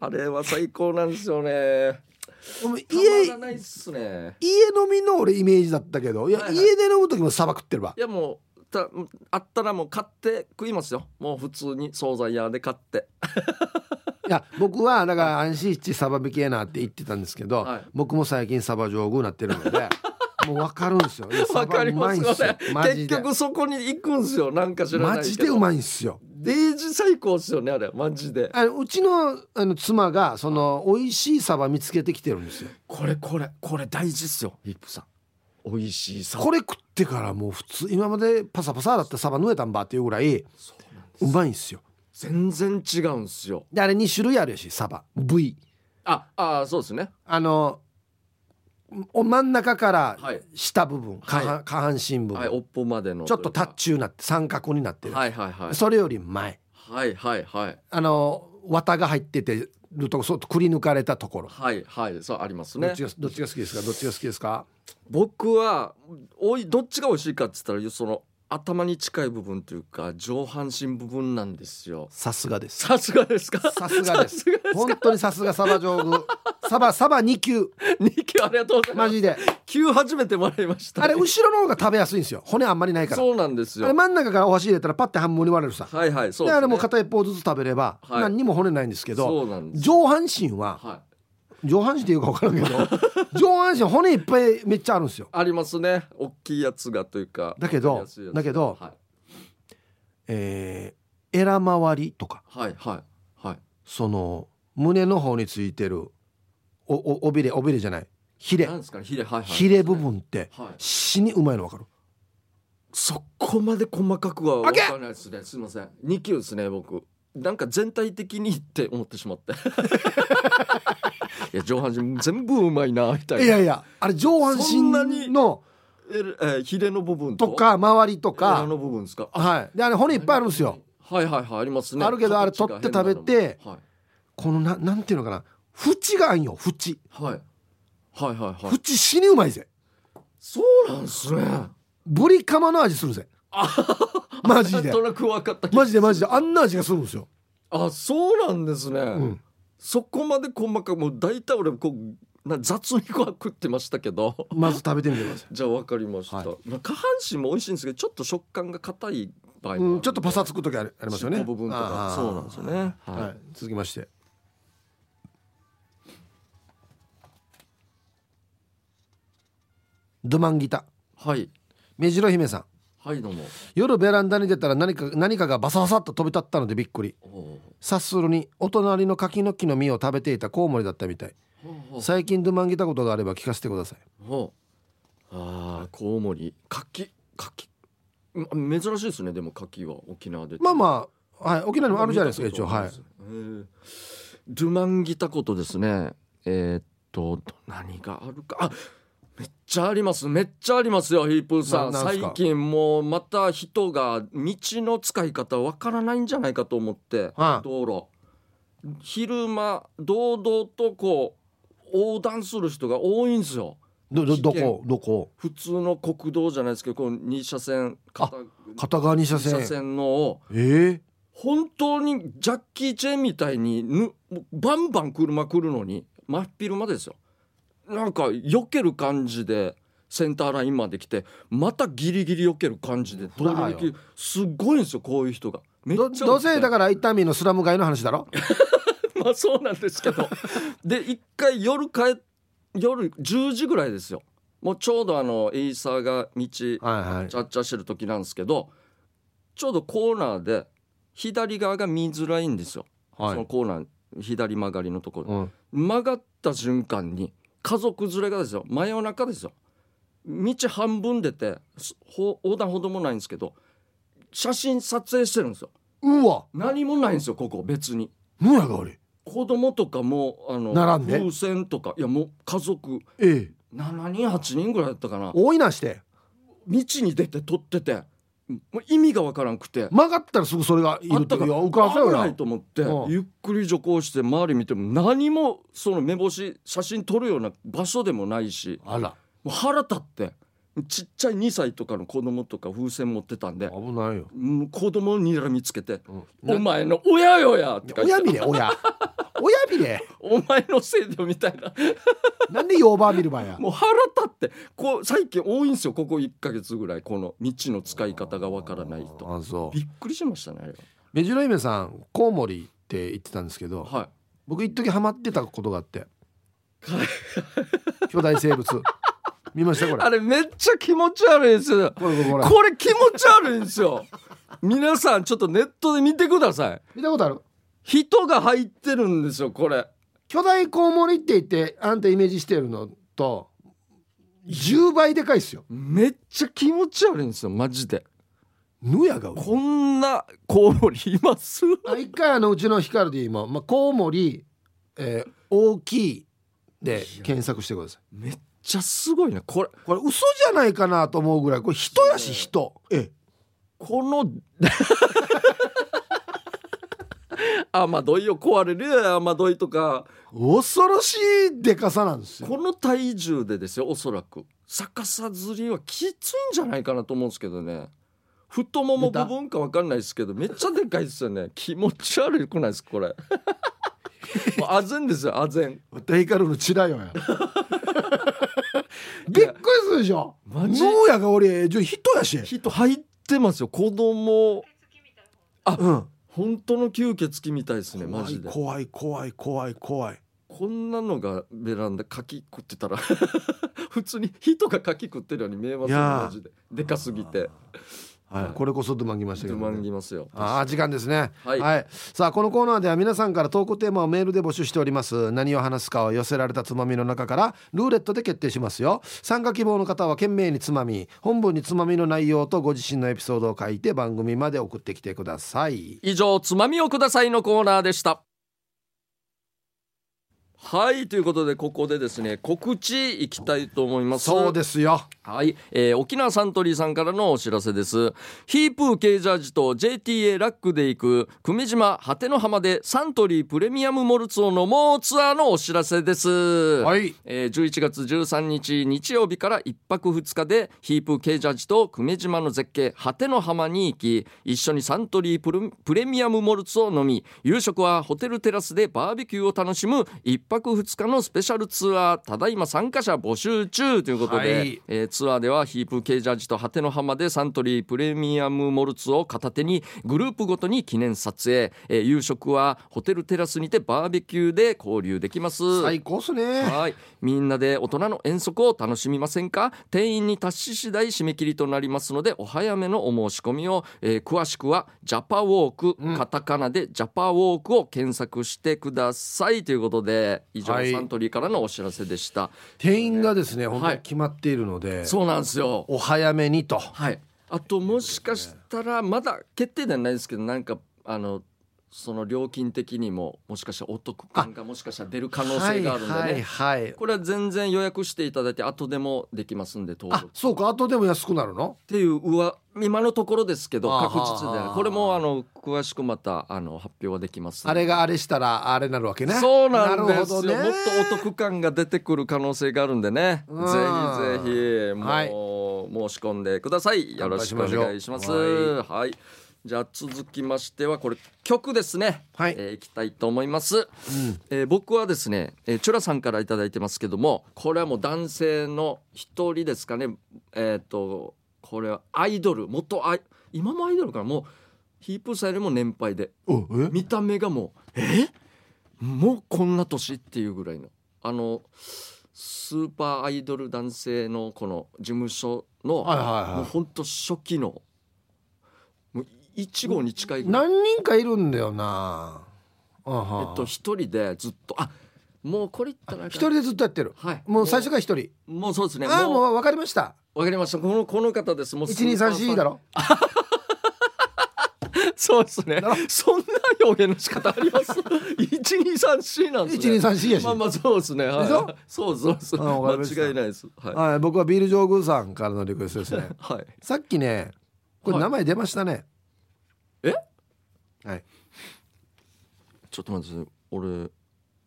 [SPEAKER 1] あれは最高なんですよね
[SPEAKER 2] お前
[SPEAKER 1] 家
[SPEAKER 2] 家
[SPEAKER 1] がないっすね
[SPEAKER 2] 家飲みの俺イメージだったけどいや、
[SPEAKER 1] はいはい
[SPEAKER 2] 家で飲む時もさば食ってるわ
[SPEAKER 1] いやもうたあったらもう買って食いますよもう普通に惣菜屋で買って
[SPEAKER 2] いや僕はだから安心してサバべきやなって言ってたんですけど、
[SPEAKER 1] はい
[SPEAKER 2] 僕も最近サバ上手になってる のでもう分かるんですよいや
[SPEAKER 1] わ
[SPEAKER 2] サ
[SPEAKER 1] か
[SPEAKER 2] バ
[SPEAKER 1] り
[SPEAKER 2] う
[SPEAKER 1] ま
[SPEAKER 2] まい
[SPEAKER 1] す
[SPEAKER 2] ん
[SPEAKER 1] よ
[SPEAKER 2] すよ
[SPEAKER 1] ね
[SPEAKER 2] マ
[SPEAKER 1] 結
[SPEAKER 2] ジで
[SPEAKER 1] 局そこに行くんすよなんか知らないけど
[SPEAKER 2] マジでうまいんすよ
[SPEAKER 1] デージ最高っすよねあれマジで
[SPEAKER 2] あのうちのあの妻がその美味しいサバ見つけてきてるんですよ
[SPEAKER 1] これこれこれ大事っすよヒップさん美味しいさ
[SPEAKER 2] これ食ってからもう普通今までパサパサだったサバ縫えたんばっていうぐらい
[SPEAKER 1] そうなん
[SPEAKER 2] うまいんすよ
[SPEAKER 1] 全然違うんすよ
[SPEAKER 2] であれ2種類あるしサバ V
[SPEAKER 1] ああそうですね
[SPEAKER 2] あのお真ん中から
[SPEAKER 1] はい
[SPEAKER 2] 下部分、下半下半身部分、
[SPEAKER 1] はいおっぽまでの
[SPEAKER 2] ちょっとタッ
[SPEAKER 1] チ
[SPEAKER 2] チになって三角になってる、
[SPEAKER 1] はいはいはい
[SPEAKER 2] それより前
[SPEAKER 1] はいはいはい
[SPEAKER 2] あの綿が入っててるとこそうくり抜かれたところ、
[SPEAKER 1] はいはいそうあります
[SPEAKER 2] ど
[SPEAKER 1] ね
[SPEAKER 2] っちがどっちが好きですかどっちが好きですか
[SPEAKER 1] 僕はおいどっちが美味しいかっつったらその頭に近い部分というか上半身部分なんですよ
[SPEAKER 2] さすがです
[SPEAKER 1] さすがですか
[SPEAKER 2] さすがです
[SPEAKER 1] さすが
[SPEAKER 2] 本当にさすがサバ 上宮サバサバ2級
[SPEAKER 1] 2級ありがとうございま
[SPEAKER 2] マ
[SPEAKER 1] す
[SPEAKER 2] ジで
[SPEAKER 1] 急初めてもらいました
[SPEAKER 2] あれ後ろの方が食べやすいんですよ骨あんまりないから
[SPEAKER 1] そうなんです
[SPEAKER 2] あれ
[SPEAKER 1] よ
[SPEAKER 2] 真ん中からお箸入れたらパッて半分に割れるさで,、
[SPEAKER 1] はいはいそう
[SPEAKER 2] あれもう
[SPEAKER 1] う
[SPEAKER 2] 片一方ずつ食べれば、
[SPEAKER 1] はい
[SPEAKER 2] 何にも骨ないんですけど
[SPEAKER 1] そうなんです
[SPEAKER 2] 上半身は
[SPEAKER 1] はい
[SPEAKER 2] 上半身っていうか分 からんけど上半身骨いっぱいめっちゃあるんですよ
[SPEAKER 1] ありますね大きいやつがというか
[SPEAKER 2] だけ
[SPEAKER 1] わ
[SPEAKER 2] ど
[SPEAKER 1] かりやすいやつ
[SPEAKER 2] だけど
[SPEAKER 1] はい
[SPEAKER 2] えー、エラ周りとか
[SPEAKER 1] はいはいはい
[SPEAKER 2] その胸の方についてるおおおびれおびれじゃないヒレ
[SPEAKER 1] なんですかねヒレはいはい
[SPEAKER 2] ヒレ部分って
[SPEAKER 1] はい
[SPEAKER 2] 死にうまいの分かる
[SPEAKER 1] そこまで細かくは分からないですねすいません2級ですね僕なんか全体的にって思ってしま っていや上半身全部うまいなみたいない
[SPEAKER 2] やいやあれ上半
[SPEAKER 1] そんなに
[SPEAKER 2] 身の
[SPEAKER 1] えーえーヒレの部分と
[SPEAKER 2] とか周りと
[SPEAKER 1] あ
[SPEAKER 2] か
[SPEAKER 1] の部分ですか
[SPEAKER 2] はいであれ骨いっぱいあるんですよ
[SPEAKER 1] はいはいはいありますね
[SPEAKER 2] あるけどあれ
[SPEAKER 1] 形が変
[SPEAKER 2] 取って食べて
[SPEAKER 1] なのも
[SPEAKER 2] このななんていうのかな縁があんよ縁
[SPEAKER 1] はい、はい、はいはいはい
[SPEAKER 2] 縁死にうまいぜ
[SPEAKER 1] そうなんすね
[SPEAKER 2] ぶりカマの味するぜマジ
[SPEAKER 1] な
[SPEAKER 2] で
[SPEAKER 1] んとなく分かった
[SPEAKER 2] マジでマジであんな味がするんですよ
[SPEAKER 1] あそうなんですね、
[SPEAKER 2] うん
[SPEAKER 1] そこまで細かくもう大体俺こうな雑にこう食ってましたけど
[SPEAKER 2] まず食べてみてください
[SPEAKER 1] じゃあ分かりました、
[SPEAKER 2] はい
[SPEAKER 1] まあ下半身も美味しいんですけどちょっと食感が硬い場合もある
[SPEAKER 2] うん、ちょっとパサつく時ありありますよね。
[SPEAKER 1] 尻尾部分とか
[SPEAKER 2] あー
[SPEAKER 1] そうなんですよね
[SPEAKER 2] はい、
[SPEAKER 1] はい
[SPEAKER 2] 続きまして。ドマンギタ
[SPEAKER 1] はい
[SPEAKER 2] 目白姫さん
[SPEAKER 1] はいどうも
[SPEAKER 2] 夜ベランダに出たら何か何かがバサバサっと飛び立ったのでびっくり
[SPEAKER 1] お
[SPEAKER 2] 察するにお隣の柿の木の実を食べていたコウモリだったみたい
[SPEAKER 1] ー
[SPEAKER 2] 最近ドマンギタことがあれば聞かせてください
[SPEAKER 1] ほうああコウモリ柿柿うん珍しいですねでも柿は沖縄で
[SPEAKER 2] まあまあ、はい、沖縄にもあるじゃないですか一応はい
[SPEAKER 1] えードゥマンギタことですねえーっと何があるかあめっちゃありますめっちゃありますよヒープーさん
[SPEAKER 2] ななん
[SPEAKER 1] 最
[SPEAKER 2] すか
[SPEAKER 1] 近もうまた人が道の使い方わからないんじゃないかと思って
[SPEAKER 2] は
[SPEAKER 1] 道路昼間堂々とこう横断する人が多いんですよ
[SPEAKER 2] いどどどこどこ
[SPEAKER 1] 普通の国道じゃないですけどこの2車線
[SPEAKER 2] あ片側二車
[SPEAKER 1] 二
[SPEAKER 2] 線
[SPEAKER 1] 車線のを
[SPEAKER 2] えー、
[SPEAKER 1] 本当にジャッキー・チェンみたいにぬもうバンバン車来るのに真っ昼間ですよなんか避ける感じでセンターラインまで来てまたギリギリ避ける感じで
[SPEAKER 2] ほらよ
[SPEAKER 1] 通り抜けすごいんですよこういう人がめっちゃ
[SPEAKER 2] どどうせだ
[SPEAKER 1] ら
[SPEAKER 2] から痛みのスラム街の話だろ
[SPEAKER 1] まあそうなんですけどで一回夜帰っ夜10時ぐらいですよもうちょうどあのエイサーが道
[SPEAKER 2] はいはい
[SPEAKER 1] チャッチャしてる時なんですけどちょうどコーナーで左側が見づらいんですよ、
[SPEAKER 2] は
[SPEAKER 1] その
[SPEAKER 2] い、
[SPEAKER 1] コーナー左曲がりのところ、
[SPEAKER 2] うん、
[SPEAKER 1] 曲がった瞬間に家族連れがですよ真夜中ですよ道半分出てすほ横断歩道もないんですけど写真撮影してるんですよ
[SPEAKER 2] うわ
[SPEAKER 1] 何もないんですよここ別に
[SPEAKER 2] 何やがあれ
[SPEAKER 1] 子供とかもあの
[SPEAKER 2] 並んで
[SPEAKER 1] 風船とかいやもう家族
[SPEAKER 2] ええ
[SPEAKER 1] 7人8人ぐらいだったかな道
[SPEAKER 2] 多いなして
[SPEAKER 1] に出て撮っててもう意味がわからんくて
[SPEAKER 2] 曲がったらすぐそれがい
[SPEAKER 1] あ
[SPEAKER 2] る
[SPEAKER 1] った
[SPEAKER 2] とい
[SPEAKER 1] か
[SPEAKER 2] や浮からせよ
[SPEAKER 1] 危
[SPEAKER 2] な
[SPEAKER 1] ないと思って、
[SPEAKER 2] うん
[SPEAKER 1] ゆっくり徐行して周り見ても何もその目星写真撮るような場所でもないし
[SPEAKER 2] あら
[SPEAKER 1] もう腹立ってちっちゃい2歳とかの子供とか風船持ってたんで
[SPEAKER 2] 危ないよ、
[SPEAKER 1] もう子供にらみつけて
[SPEAKER 2] う
[SPEAKER 1] 「
[SPEAKER 2] ん
[SPEAKER 1] お前の親よや!」って書いて
[SPEAKER 2] 親見れ親親見れ
[SPEAKER 1] 「お前のせいだよ」みたいな
[SPEAKER 2] なんでヨーバー見るばや
[SPEAKER 1] もう腹立ってこう最近多いんですよここ1ヶ月ぐらいこの道の使い方がわからないと
[SPEAKER 2] あそう
[SPEAKER 1] びっくりしましたねあれ
[SPEAKER 2] 目白姫さんコウモリって言ってたんですけど、
[SPEAKER 1] ははい
[SPEAKER 2] 僕一時ハマってたことがあ って巨大生物見ましたこれ
[SPEAKER 1] あれめっちゃ気持ち悪いですよ
[SPEAKER 2] これこれこれ
[SPEAKER 1] これ気持ち悪いんですよ。皆さんちょっとネットで見てください。
[SPEAKER 2] 見たことある
[SPEAKER 1] 人が入ってるんですよこれ。
[SPEAKER 2] 巨大コウモリって言ってあんたイメージしてるのと10倍でかいっすよ
[SPEAKER 1] めっちゃ気持ち悪いんですよマジで。
[SPEAKER 2] ぬやが
[SPEAKER 1] こんなコウモリいます？
[SPEAKER 2] あ一回あのうちのヒカルディも、まあ、コウモリ、えー大きいで検索してください
[SPEAKER 1] めっちゃすごいなこれ。
[SPEAKER 2] これ嘘じゃないかなと思うぐらいこれ人やし人え
[SPEAKER 1] この 雨どいを壊れるよ雨どいとか
[SPEAKER 2] 恐ろしいでかさなんですよ
[SPEAKER 1] この体重でですよおそらく逆さずりはきついんじゃないかなと思うんですけどね太もも部分かわかんないですけどめっちゃでかいですよね気持ち悪くないですかこれ もうあぜんですよあぜん
[SPEAKER 2] またヒカルのチラよ やびっくりするでしょ
[SPEAKER 1] マジ
[SPEAKER 2] 脳やが俺じゃ人やし
[SPEAKER 1] 人入ってますよ子供
[SPEAKER 2] うん
[SPEAKER 1] 本当の吸血鬼みたいですねマジで
[SPEAKER 2] 怖い怖い怖い怖い
[SPEAKER 1] こんなのがベランダ柿食ってたら 普通に人が柿食ってるように見えます
[SPEAKER 2] い
[SPEAKER 1] よ
[SPEAKER 2] やー
[SPEAKER 1] マジででかすぎて
[SPEAKER 2] はい、これこそどまぎましたけ
[SPEAKER 1] つ
[SPEAKER 2] ど、
[SPEAKER 1] ま
[SPEAKER 2] ね
[SPEAKER 1] ん。ぎますよ。
[SPEAKER 2] ああ時間ですねは、
[SPEAKER 1] はいい
[SPEAKER 2] さあこのコーナーでは皆さんから投稿テーマをメールで募集しております何を話すかを寄せられたつまみの中からルーレットで決定しますよ参加希望の方は懸命につまみ本文につまみの内容とご自身のエピソードを書いて番組まで送ってきてください
[SPEAKER 1] 以上、つまみをくださいのコーナーでした。はい、ということで、ここでですね、告知いきたいと思います。
[SPEAKER 2] そうですよ
[SPEAKER 1] はい、えー沖縄サントリーさんからのお知らせですヒープー系ジャージと JTA ラックで行く久米島果ての浜でサントリープレミアムモルツを飲もうツアーのお知らせですは
[SPEAKER 2] はい
[SPEAKER 1] えー11月13日日曜日から1泊2日でヒープーケージャージと久米島の絶景果ての浜に行き一緒にサントリープルプレミアムモルツを飲み夕食はホテルテラスでバーベキューを楽しむ1泊2日のスペシャルツアーただいま参加者募集中ということで、
[SPEAKER 2] はい
[SPEAKER 1] えーツアーではヒープーケージャージと果ての浜でサントリープレミアムモルツを片手にグループごとに記念撮影、えー夕食はホテルテラスにてバーベキューで交流できます。
[SPEAKER 2] 最高っすね
[SPEAKER 1] はい、みんなで大人の遠足を楽しみませんか定員に達し次第締め切りとなりますのでお早めのお申し込みを、えー詳しくはジャパウォーク、カタカナでジャパウォークを検索してくださいということで以上、
[SPEAKER 2] はい
[SPEAKER 1] サントリーからのお知らせでした
[SPEAKER 2] 店員がですね本当
[SPEAKER 1] は
[SPEAKER 2] に
[SPEAKER 1] い
[SPEAKER 2] 決まっているので、
[SPEAKER 1] そうなんですよ
[SPEAKER 2] お早めにと
[SPEAKER 1] はいあともしかしたらまだ決定ではないですけどなんかあのその料金的にももしかしたらお得感がもしかしたら出る可能性があるんでね、
[SPEAKER 2] はいはいはい
[SPEAKER 1] これは全然予約していただいて後でもできますんで登
[SPEAKER 2] あ
[SPEAKER 1] 録っ
[SPEAKER 2] そうか後でも安くなるの
[SPEAKER 1] ていううわ今のところですけど
[SPEAKER 2] あー
[SPEAKER 1] 確実であ
[SPEAKER 2] はー
[SPEAKER 1] るこれもあの詳しくまたあの発表はできますん
[SPEAKER 2] あ
[SPEAKER 1] で
[SPEAKER 2] れがあれしたらあれなるわけね
[SPEAKER 1] そうなん
[SPEAKER 2] る
[SPEAKER 1] で
[SPEAKER 2] ほ
[SPEAKER 1] すよ、
[SPEAKER 2] どね
[SPEAKER 1] もっとお得感が出てくる可能性があるんでねぜ
[SPEAKER 2] うん
[SPEAKER 1] ひぜひもう、
[SPEAKER 2] はい
[SPEAKER 1] 申し込んでくださいよろしくお願いします
[SPEAKER 2] 乾杯
[SPEAKER 1] はい、じゃあ続きましてはこれ曲ですね
[SPEAKER 2] はい
[SPEAKER 1] えーいきたいと思います、えー僕はですね、えーチュラさんから頂いただいてますけどもこれはもう男性の一人ですかねえっ、とこれはアイドル元アイ今もアイドルかなもうヒープーさんよりも年配で
[SPEAKER 2] おえ
[SPEAKER 1] 見た目がもうえもうこんな年っていうぐらいのあのスーパーアイドル男性のこの事務所の、
[SPEAKER 2] はいはいはい
[SPEAKER 1] もうほんと初期のもう1号に近いぐらい、
[SPEAKER 2] 何人かいるんだよなあは
[SPEAKER 1] え
[SPEAKER 2] は
[SPEAKER 1] っと、一人でずっとあもうこれ言ったらあ
[SPEAKER 2] 一
[SPEAKER 1] かん
[SPEAKER 2] 人でずっとやってる
[SPEAKER 1] はい
[SPEAKER 2] もう最初から一人
[SPEAKER 1] もうもうそうですね
[SPEAKER 2] ああ
[SPEAKER 1] もう
[SPEAKER 2] もう分かりました
[SPEAKER 1] わかりましたこのこの方ですもう
[SPEAKER 2] 1234だ
[SPEAKER 1] ろ
[SPEAKER 2] ろ
[SPEAKER 1] そうですね
[SPEAKER 2] ろ
[SPEAKER 1] そんな表現の仕方あります1234なんですね
[SPEAKER 2] 1234やし
[SPEAKER 1] まあまあそうですね。はい、
[SPEAKER 2] でしょ
[SPEAKER 1] そうそうそう。
[SPEAKER 2] あわかりました
[SPEAKER 1] 間違いないです。はい。
[SPEAKER 2] はい僕はビール上宮さんからのリクエストで すね
[SPEAKER 1] はい。
[SPEAKER 2] さっきねこれ
[SPEAKER 1] はい
[SPEAKER 2] 名前出ましたね
[SPEAKER 1] え
[SPEAKER 2] はい
[SPEAKER 1] ちょっと待ってください。俺、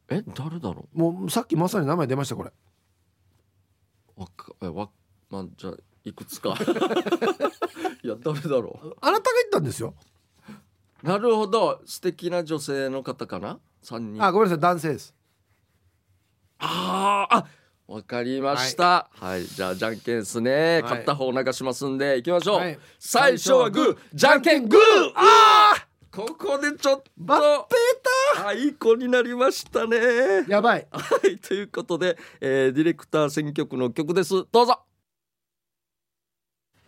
[SPEAKER 1] え、誰だろ
[SPEAKER 2] もうさっきまさに名前出ましたこれ
[SPEAKER 1] う。わか、え、わ、まあ、じゃあ、いくつ か。いや、誰だろう。
[SPEAKER 2] あなたが言ったんですよ
[SPEAKER 1] なるほど、素敵な女性の方かな。三人。
[SPEAKER 2] あ
[SPEAKER 1] あ
[SPEAKER 2] ごめんなさい男性です
[SPEAKER 1] あー、あ。わかりました。はい、じゃあ、じゃんけんですね。
[SPEAKER 2] い
[SPEAKER 1] 勝った方流しますんで、いきましょう。
[SPEAKER 2] はい
[SPEAKER 1] 最初はグー、じゃんけんグー。ああ。ここでちょっ
[SPEAKER 2] バッ
[SPEAKER 1] と
[SPEAKER 2] ペ。ー
[SPEAKER 1] あいい子になりましたね
[SPEAKER 2] ター。やばい
[SPEAKER 1] はい、ということで、えーディレクター選曲の曲です。どうぞ。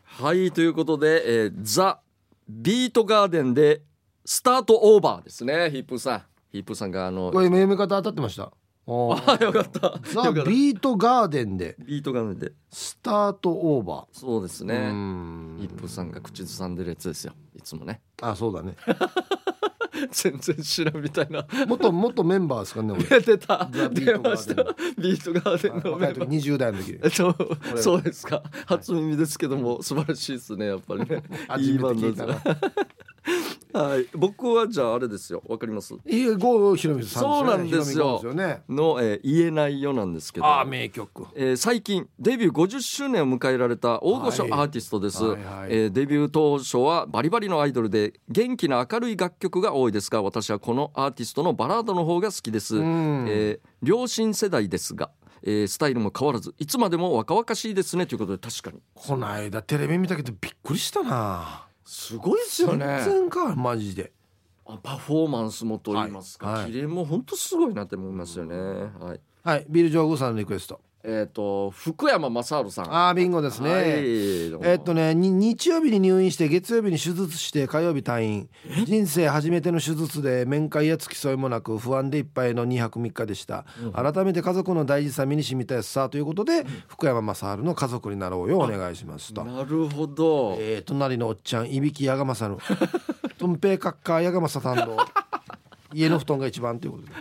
[SPEAKER 1] はい、ということで、えーザ・ビートガーデンで、スタートオーバーですね、ヒップーさん。ヒップーさんが、あの
[SPEAKER 2] こ、れ読み方当たってましたお ー
[SPEAKER 1] あよかった。
[SPEAKER 2] ザ・
[SPEAKER 1] よかった
[SPEAKER 2] ビートガーデンで
[SPEAKER 1] ビートガーデンで、
[SPEAKER 2] スタートオーバ
[SPEAKER 1] そうです
[SPEAKER 2] ーうー
[SPEAKER 1] ね。ヒ
[SPEAKER 2] ん
[SPEAKER 1] ップーさんが口ずさんでるやつですよ、いつもね。
[SPEAKER 2] あそうだね
[SPEAKER 1] 全然知らんみたいな。
[SPEAKER 2] 元 元メンバーですかね俺
[SPEAKER 1] 出た、
[SPEAKER 2] ザビ
[SPEAKER 1] 出
[SPEAKER 2] ートガ
[SPEAKER 1] まし
[SPEAKER 2] ー
[SPEAKER 1] た
[SPEAKER 2] デン。
[SPEAKER 1] ビートガーデンのメ
[SPEAKER 2] 若い
[SPEAKER 1] ンバ
[SPEAKER 2] 時
[SPEAKER 1] ー。
[SPEAKER 2] 20代の 時
[SPEAKER 1] えっと、そうですか初耳ですけども、素晴らしいですねやっぱりね
[SPEAKER 2] 初
[SPEAKER 1] い
[SPEAKER 2] め
[SPEAKER 1] い
[SPEAKER 2] て
[SPEAKER 1] バンド
[SPEAKER 2] 聞い
[SPEAKER 1] です
[SPEAKER 2] たな
[SPEAKER 1] はい僕はじゃああれですよわかります
[SPEAKER 2] いい郷ひろみさん
[SPEAKER 1] そうなんですよ
[SPEAKER 2] ひろみ郷ですよね
[SPEAKER 1] の、えー言えないよなんですけど
[SPEAKER 2] ああ名曲
[SPEAKER 1] えー最近デビュー50周年を迎えられた大御所
[SPEAKER 2] はい
[SPEAKER 1] アーティストです、
[SPEAKER 2] はいはい
[SPEAKER 1] えーデビュー当初はバリバリのアイドルで元気な明るい楽曲が多いですが私はこのアーティストのバラードの方が好きです、え
[SPEAKER 2] ん
[SPEAKER 1] ー両親世代ですが、えースタイルも変わらずいつまでも若々しいですねということで確かに
[SPEAKER 2] この間テレビ見たけどびっくりしたな
[SPEAKER 1] すごいです
[SPEAKER 2] 全然かマジで
[SPEAKER 1] あパフォーマンスもと言いますか、
[SPEAKER 2] はいはい
[SPEAKER 1] キレも本当すごいなって思いますよね、はい
[SPEAKER 2] はいビル・ジョーグさんのリクエスト
[SPEAKER 1] えっ、と福山雅治さん
[SPEAKER 2] ああビンゴですね、
[SPEAKER 1] はい
[SPEAKER 2] えっとねに日曜日に入院して月曜日に手術して火曜日退院人生初めての手術で面会や付き添いもなく不安でいっぱいの2泊3日でした、改めて家族の大事さ身にしみたいさということで、福山雅治の家族になろうよお願いしますと。
[SPEAKER 1] なるほど、
[SPEAKER 2] えー、隣のおっちゃんいびきやがま さぬとんぺいかっかやがまささんの家の布団が一番ということで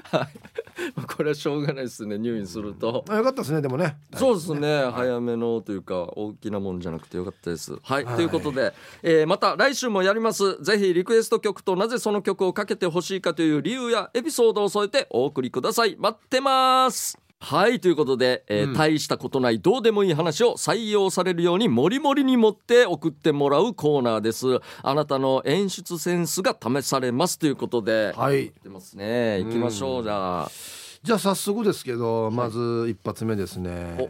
[SPEAKER 1] これはしょうがないですね入院すると、
[SPEAKER 2] あよかったですねでもね
[SPEAKER 1] そうですね、早めのというか大きなもんじゃなくてよかったです。はい、ということで、えーまた来週もやりますぜひリクエスト曲となぜその曲をかけてほしいかという理由やエピソードを添えてお送りください待ってますはいということで、えー大したことないどうでもいい話を採用されるようにモリモリに持って送ってもらうコーナーですあなたの演出センスが試されますということで、い、
[SPEAKER 2] はい
[SPEAKER 1] ってますね行きましょう、じゃあ
[SPEAKER 2] じゃあ早速ですけどまず一発目ですね、
[SPEAKER 1] お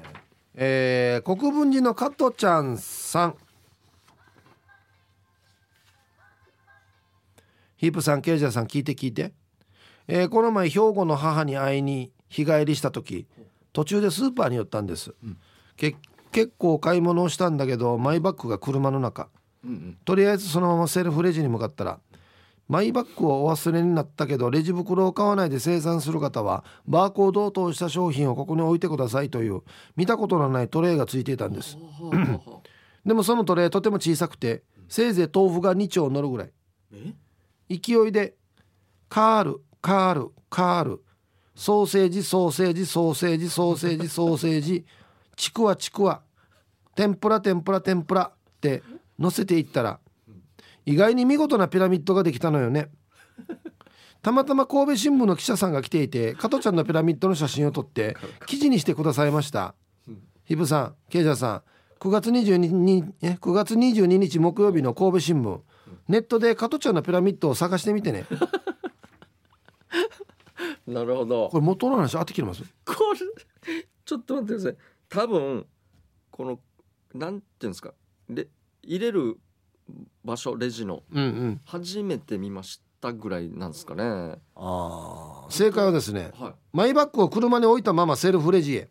[SPEAKER 2] えー国分寺の加トちゃんさんヒープさんケイジャーさん聞いて聞いて、えーこの前兵庫の母に会いに日帰りした時途中でスーパーに寄ったんです、け結構買い物をしたんだけどマイバッグが車の中
[SPEAKER 1] うん
[SPEAKER 2] とりあえずそのままセルフレジに向かったらマイバッグをお忘れになったけどレジ袋を買わないで生産する方はバーコードを通した商品をここに置いてくださいという見たことのないトレイがついていたんです
[SPEAKER 1] うん
[SPEAKER 2] でもそのトレイとても小さくてせいぜい豆腐が2丁乗るぐらい
[SPEAKER 1] え
[SPEAKER 2] 勢いで「カールカールカールソーセージソーセージソーセージソーセージソーセージちくわちくわ天ぷら天ぷら天ぷら」って乗せていったら意外に見事なピラミッドができたのよね。たまたま神戸新聞の記者さんが来ていて加トちゃんのピラミッドの写真を撮って記事にしてくださいました。ヒブさん、ケイジャーさん、9月22日え9月22日木曜日の神戸新聞、ネットで加トちゃんのピラミッドを探してみてね。
[SPEAKER 1] なるほど
[SPEAKER 2] これ元の話当てきてます。
[SPEAKER 1] これちょっと待ってください多分このなんていうんですかレ入れる場所レジの
[SPEAKER 2] うんうん。
[SPEAKER 1] 初めて見ましたぐらいなんですかねは
[SPEAKER 2] ああ。正解はですね、
[SPEAKER 1] いは
[SPEAKER 2] マイバッグを車に置いたままセルフレジへ。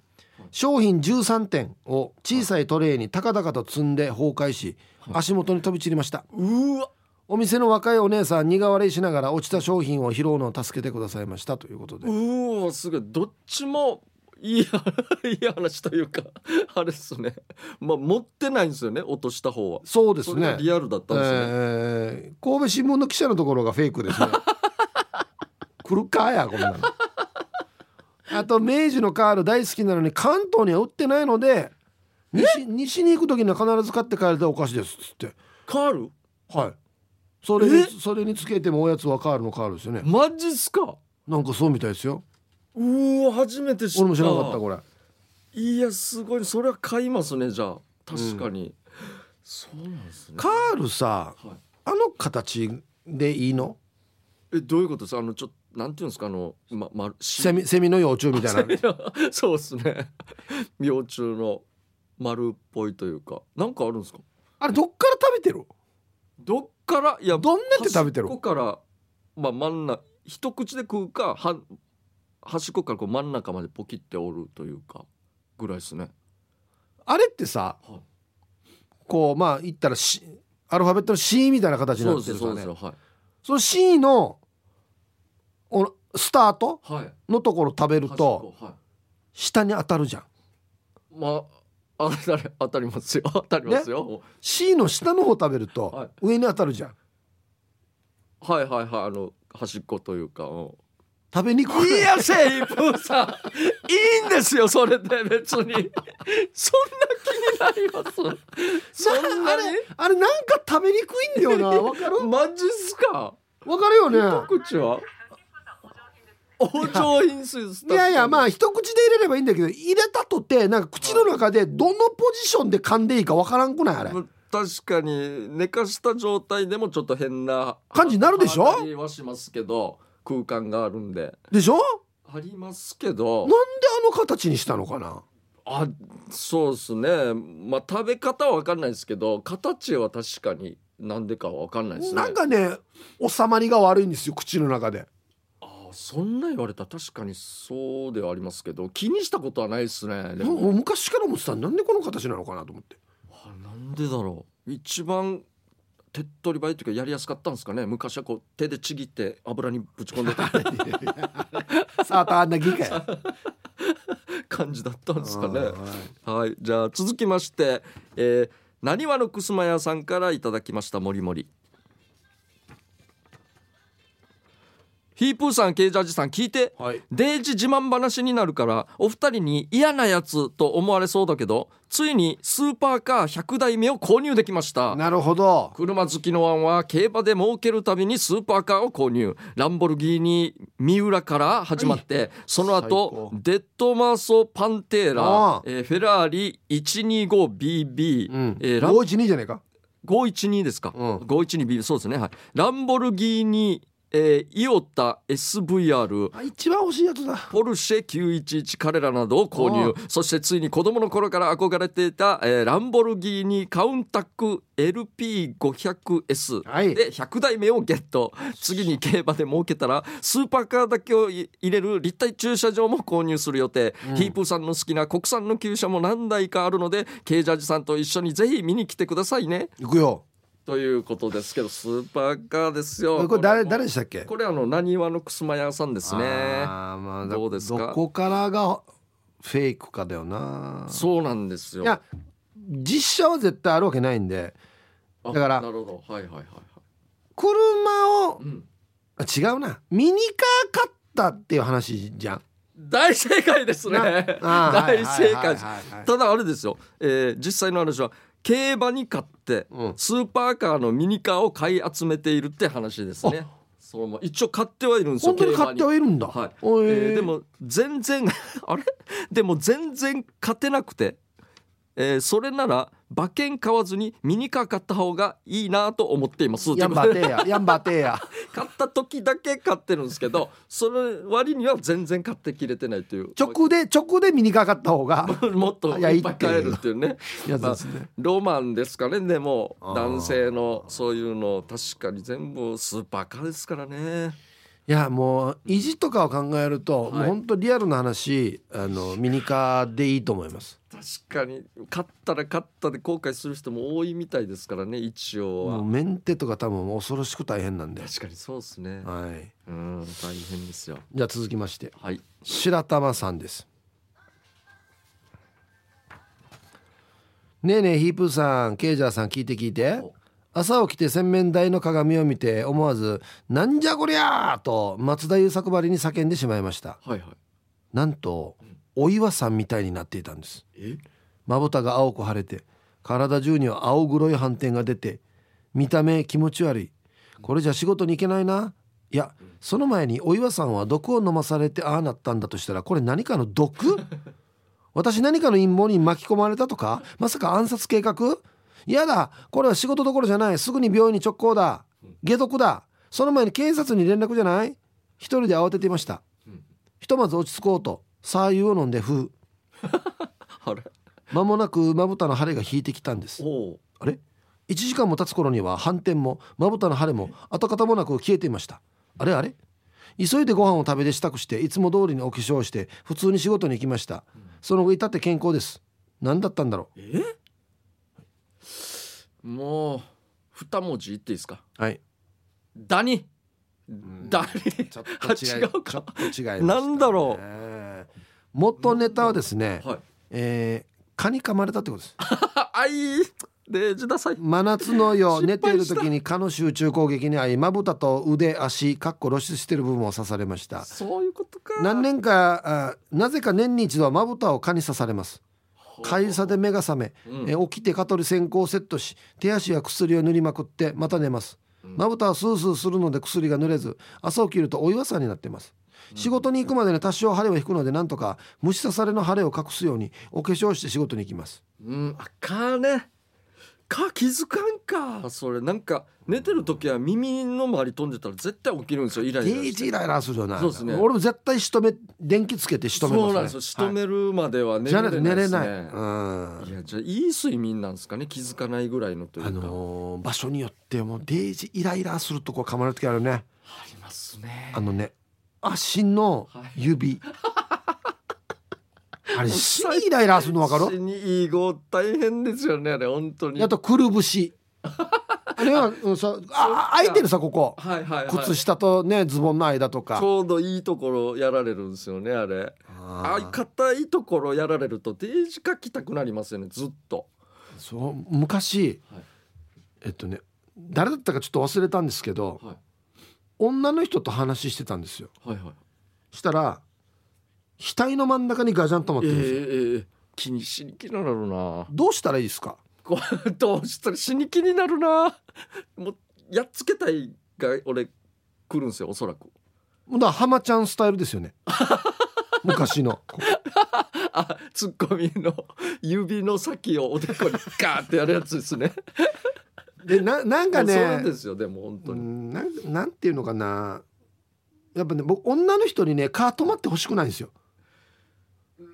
[SPEAKER 2] 商品13点を小さいトレーに高々と積んで崩壊し足元に飛び散りました
[SPEAKER 1] うわ
[SPEAKER 2] お店の若いお姉さん苦笑いしながら落ちた商品を拾うのを助けてくださいましたということで
[SPEAKER 1] うわすごいどっちもいい いい話というかあれですねまあ持ってないんですよね落とした方は
[SPEAKER 2] そうです
[SPEAKER 1] それが
[SPEAKER 2] ね
[SPEAKER 1] リアルだったんですね、
[SPEAKER 2] えー神戸新聞の記者のところがフェイクで すね来るかやこんなのあと明治のカール大好きなのに関東には売ってないので西西に行く時には必ず買って帰るたお菓子ですっつって
[SPEAKER 1] カール
[SPEAKER 2] はいそれに
[SPEAKER 1] え
[SPEAKER 2] それにつけてもおやつはカールのカールですよね
[SPEAKER 1] マジっすか
[SPEAKER 2] なんかそうみたいですよ
[SPEAKER 1] うわ初めて知った
[SPEAKER 2] 俺も知らなかったこれ
[SPEAKER 1] いやすごいそれは買いますねじゃあ確かに、そうなんですね
[SPEAKER 2] カールさ
[SPEAKER 1] はい、
[SPEAKER 2] あの形でいいの
[SPEAKER 1] えどういうことですかあのちょっとなんていうんですかあのままし
[SPEAKER 2] セミセミの幼虫みたいな
[SPEAKER 1] そうですね幼虫の丸っぽいというかなんかあるんですか
[SPEAKER 2] あれどっから食べてる
[SPEAKER 1] どっからいや
[SPEAKER 2] どんなって食べてる
[SPEAKER 1] 端っこからまあ真ん中一口で食うかは端っこからこう真ん中までポキって折るというかぐらいですね
[SPEAKER 2] あれってさ、
[SPEAKER 1] はい
[SPEAKER 2] こうまあ言ったらしアルファベットの C みたいな形にな
[SPEAKER 1] そう
[SPEAKER 2] っ
[SPEAKER 1] で
[SPEAKER 2] て
[SPEAKER 1] す
[SPEAKER 2] る
[SPEAKER 1] そう
[SPEAKER 2] から
[SPEAKER 1] で
[SPEAKER 2] ね
[SPEAKER 1] す
[SPEAKER 2] そ
[SPEAKER 1] は
[SPEAKER 2] の C のおスタート
[SPEAKER 1] いはい
[SPEAKER 2] のところ食べる
[SPEAKER 1] 端っ
[SPEAKER 2] と
[SPEAKER 1] こはい
[SPEAKER 2] 下に当たるじゃん
[SPEAKER 1] まあ、あ当たり当たります よ当たりますよ、
[SPEAKER 2] C の下の方食べる
[SPEAKER 1] はい
[SPEAKER 2] と上に当たるじゃん
[SPEAKER 1] はいはいはいあの端っこというか、うん
[SPEAKER 2] 食べにくい
[SPEAKER 1] いやセイプーさんいいんですよそれで別にそんな気になりますそん
[SPEAKER 2] あ
[SPEAKER 1] なに
[SPEAKER 2] れあれなんか食べにくいんだよなわかる
[SPEAKER 1] マジっすか
[SPEAKER 2] わかるよね
[SPEAKER 1] 一口はお上品です
[SPEAKER 2] いやいやま
[SPEAKER 1] あ
[SPEAKER 2] あ一口で入れればいいんだけど入れたとてなんか口の中でどのポジションで噛んでいいかわからんくないあれ
[SPEAKER 1] 確かに寝かした状態でもちょっと変な
[SPEAKER 2] 感じになるでしょ
[SPEAKER 1] 当たりはしますけど空間があるんで
[SPEAKER 2] でしょ
[SPEAKER 1] ありますけど
[SPEAKER 2] なんであの形にしたのかな
[SPEAKER 1] あそうですねまあ食べ方は分かんないですけど形は確かになんでかは分かんないですね
[SPEAKER 2] なんかね収まりが悪いんですよ口の中で
[SPEAKER 1] あそんな言われたら確かにそうではありますけど気にしたことはないですねで
[SPEAKER 2] なんか
[SPEAKER 1] も
[SPEAKER 2] 俺昔から思ってたなんでこの形なのかなと思って
[SPEAKER 1] あなんでだろう一番手っ取り早いというかやりやすかったんですかね昔はこう手でちぎって油にぶち込んでた
[SPEAKER 2] サーターアンダ ギーかよ
[SPEAKER 1] 感じだったんですか
[SPEAKER 2] あ
[SPEAKER 1] ね
[SPEAKER 2] ーはい
[SPEAKER 1] はいじゃあ続きましてえーなにわのくすま屋さんからいただきましたもりもりヒープーさんケイジャージさん聞いて
[SPEAKER 2] はい
[SPEAKER 1] デイジ自慢話になるからお二人に嫌なやつと思われそうだけどついにスーパーカー100台目を購入できました
[SPEAKER 2] なるほど
[SPEAKER 1] 車好きのワンは競馬で儲けるたびにスーパーカーを購入ランボルギーニ三浦から始まって、その後
[SPEAKER 2] 最
[SPEAKER 1] デッドマーソパンテー
[SPEAKER 2] あ
[SPEAKER 1] ラ
[SPEAKER 2] あ、
[SPEAKER 1] えーフェラーリ 125BB、
[SPEAKER 2] うん
[SPEAKER 1] えーラン
[SPEAKER 2] 512じゃねえか
[SPEAKER 1] 512ですか、
[SPEAKER 2] うん
[SPEAKER 1] 512 b そうですねはいランボルギーニ、えーイオタ SVR
[SPEAKER 2] あ一番欲しいやつだ
[SPEAKER 1] ポルシェ911彼らなどを購入そしてついに子供の頃から憧れていた、えーランボルギーニカウンタック LP500S
[SPEAKER 2] はい
[SPEAKER 1] で100台目をゲット次に競馬で儲けたらスーパーカーだけを入れる立体駐車場も購入する予定、
[SPEAKER 2] うん
[SPEAKER 1] ヒープーさんの好きな国産の旧車も何台かあるのでケイジャージさんと一緒にぜひ見に来てくださいね
[SPEAKER 2] 行くよ
[SPEAKER 1] ということですけどスーパーカーですよ
[SPEAKER 2] これ誰
[SPEAKER 1] も
[SPEAKER 2] 誰でしたっけ
[SPEAKER 1] これあのなにわのくすま屋さんですね
[SPEAKER 2] あーまあだ
[SPEAKER 1] どうですか
[SPEAKER 2] どこからがフェイクかだよな
[SPEAKER 1] そうなんですよ
[SPEAKER 2] いや実写は絶対あるわけないんで
[SPEAKER 1] あ
[SPEAKER 2] だから
[SPEAKER 1] なるほどはいはいはいはい
[SPEAKER 2] 車を
[SPEAKER 1] うん
[SPEAKER 2] あ違うなミニカー買ったっていう話じゃん
[SPEAKER 1] 大正解ですね
[SPEAKER 2] なあー
[SPEAKER 1] 大正解です
[SPEAKER 2] はいはいはいはい
[SPEAKER 1] ただあれですよ、えー実際の話は競馬に勝って
[SPEAKER 2] うん
[SPEAKER 1] スーパーカーのミニカーを買い集めているって話ですねそうまあ一応買ってはいるんですよ
[SPEAKER 2] 本当に買ってはいるんだ
[SPEAKER 1] 競馬にはい、
[SPEAKER 2] お
[SPEAKER 1] えーでも全然 あれでも全然勝てなくて、えーそれなら馬券買わずにミニカー買った方がいいなと思っています
[SPEAKER 2] ヤンバーテーヤヤンバーテーヤ
[SPEAKER 1] 買った時だけ買ってるんですけどその割には全然買ってきれてないという
[SPEAKER 2] 直で直でミニカー買った方が
[SPEAKER 1] もっといっぱい買えるっていうね
[SPEAKER 2] やつですね、
[SPEAKER 1] ロマンですかねでも
[SPEAKER 2] あー
[SPEAKER 1] 男性のそういうの確かに全部スーパーカーですからね
[SPEAKER 2] いやもう維持とかを考えると、
[SPEAKER 1] い
[SPEAKER 2] もう本当リアルな話あのミニカーでいいと思います。
[SPEAKER 1] 確かに買ったら買ったで後悔する人も多いみたいですからね一応は、
[SPEAKER 2] もうメンテとか多分恐ろしく大変なんで。
[SPEAKER 1] 確かにそうですね
[SPEAKER 2] はい。
[SPEAKER 1] うん大変ですよ
[SPEAKER 2] じゃあ続きまして
[SPEAKER 1] はい
[SPEAKER 2] 白玉さんです。ねえねえヒープーさんケイジャーさん聞いて聞いて
[SPEAKER 1] お
[SPEAKER 2] 朝起きて洗面台の鏡を見て思わず「なんじゃこりゃ!」と松田優作ばりに叫んでしまいました
[SPEAKER 1] はいはい
[SPEAKER 2] なんとお岩さんみたいになっていたんです
[SPEAKER 1] え
[SPEAKER 2] まぶたが青く腫れて体中には青黒い斑点が出て見た目気持ち悪いこれじゃ仕事に行けないないやその前にお岩さんは毒を飲まされてああなったんだとしたらこれ何かの毒私何かの陰謀に巻き込まれたとかまさか暗殺計画やだこれは仕事どころじゃないすぐに病院に直行だ解毒だその前に警察に連絡じゃない一人で慌てていました
[SPEAKER 1] うん
[SPEAKER 2] ひとまず落ち着こうとさあ湯を飲んで風
[SPEAKER 1] あれ
[SPEAKER 2] 間もなくまぶたの腫れが引いてきたんです
[SPEAKER 1] おお
[SPEAKER 2] あれ1時間も経つ頃には斑点もまぶたの腫れも跡形もなく消えていましたあれあれ急いでご飯を食べて支度していつも通りにお化粧をして普通に仕事に行きましたその後至って健康です何だったんだろ
[SPEAKER 1] えもう二文字言っていいですか
[SPEAKER 2] うはい
[SPEAKER 1] ダニダニ
[SPEAKER 2] ちょっ
[SPEAKER 1] と違いあ違うかちょっ
[SPEAKER 2] と違いました
[SPEAKER 1] ねなんだろ
[SPEAKER 2] う元ネタはですね、
[SPEAKER 1] はい
[SPEAKER 2] えー蚊に噛まれたってことです
[SPEAKER 1] ああいデージダサい
[SPEAKER 2] 真夏の夜
[SPEAKER 1] 失敗
[SPEAKER 2] 寝
[SPEAKER 1] した
[SPEAKER 2] ている時に蚊の集中攻撃に遭いまぶたと腕足かっこ露出している部分を刺されました
[SPEAKER 1] そういうことか
[SPEAKER 2] 何年かあなぜか年に一度はまぶたを蚊に刺されますかゆさで目が覚め、
[SPEAKER 1] うん
[SPEAKER 2] え起きて蚊取り線香をセットし手足や薬を塗りまくってまた寝ます
[SPEAKER 1] うん
[SPEAKER 2] まぶたはスースーするので薬が塗れず朝起きるとお岩さんになってます仕事に行くまでに多少腫れを引くのでなんとか虫刺されの腫れを隠すようにお化粧して仕事に行きます
[SPEAKER 1] うんあかねか気づかんかそれなんか寝てる時は耳の周り飛んでたら絶対起きるんですよイライラ
[SPEAKER 2] 定
[SPEAKER 1] して
[SPEAKER 2] 一イライラするよな
[SPEAKER 1] そうですね
[SPEAKER 2] 俺も絶対仕留め電気つけて仕留めますね
[SPEAKER 1] そうなんですよ仕留
[SPEAKER 2] はい
[SPEAKER 1] めるまでは寝
[SPEAKER 2] じゃ
[SPEAKER 1] れ
[SPEAKER 2] ないと
[SPEAKER 1] ない
[SPEAKER 2] 寝
[SPEAKER 1] で
[SPEAKER 2] れ
[SPEAKER 1] す
[SPEAKER 2] ない、
[SPEAKER 1] ね
[SPEAKER 2] うん
[SPEAKER 1] いやじゃあいい睡眠なんですかね気づかないぐらいのというか
[SPEAKER 2] あのー場所によってもうデイジイライラするとこ噛まれる時あるね
[SPEAKER 1] ありますね
[SPEAKER 2] あのね足の 指、あれ死にイライラするの分か
[SPEAKER 1] 死
[SPEAKER 2] る
[SPEAKER 1] にいい号大変ですよねあれ本当に
[SPEAKER 2] あとくるぶ しあれは、うん、そうああ開いてるさここ
[SPEAKER 1] はいはいはい
[SPEAKER 2] 靴下とねズボンの間とか
[SPEAKER 1] ちょうどいいところやられるんですよねあれあ
[SPEAKER 2] あ
[SPEAKER 1] あいう硬いところやられるとデージ書きたくなりますよねずっと
[SPEAKER 2] そう昔、
[SPEAKER 1] はい
[SPEAKER 2] えっとね誰だったかちょっと忘れたんですけど、
[SPEAKER 1] はい
[SPEAKER 2] 女の人と話してたんですよ
[SPEAKER 1] はいはい
[SPEAKER 2] したら額の真ん中にガジャンとまっ
[SPEAKER 1] え
[SPEAKER 2] てるんですよ、
[SPEAKER 1] えええ気にしに気になるな
[SPEAKER 2] どうしたらいいですか
[SPEAKER 1] こうどうしたら死に気になるなもうやっつけたいが俺来るんですよおそらく
[SPEAKER 2] もうだから浜ちゃんスタイルですよ ね昔のここ
[SPEAKER 1] あツッコミの指の先をおでこにガーってやるやつですね
[SPEAKER 2] でななんかね
[SPEAKER 1] そうなんですよでも本当
[SPEAKER 2] う
[SPEAKER 1] に、
[SPEAKER 2] んなんなんていうのかなやっぱね僕女の人にねカー止まってほしくないんですよ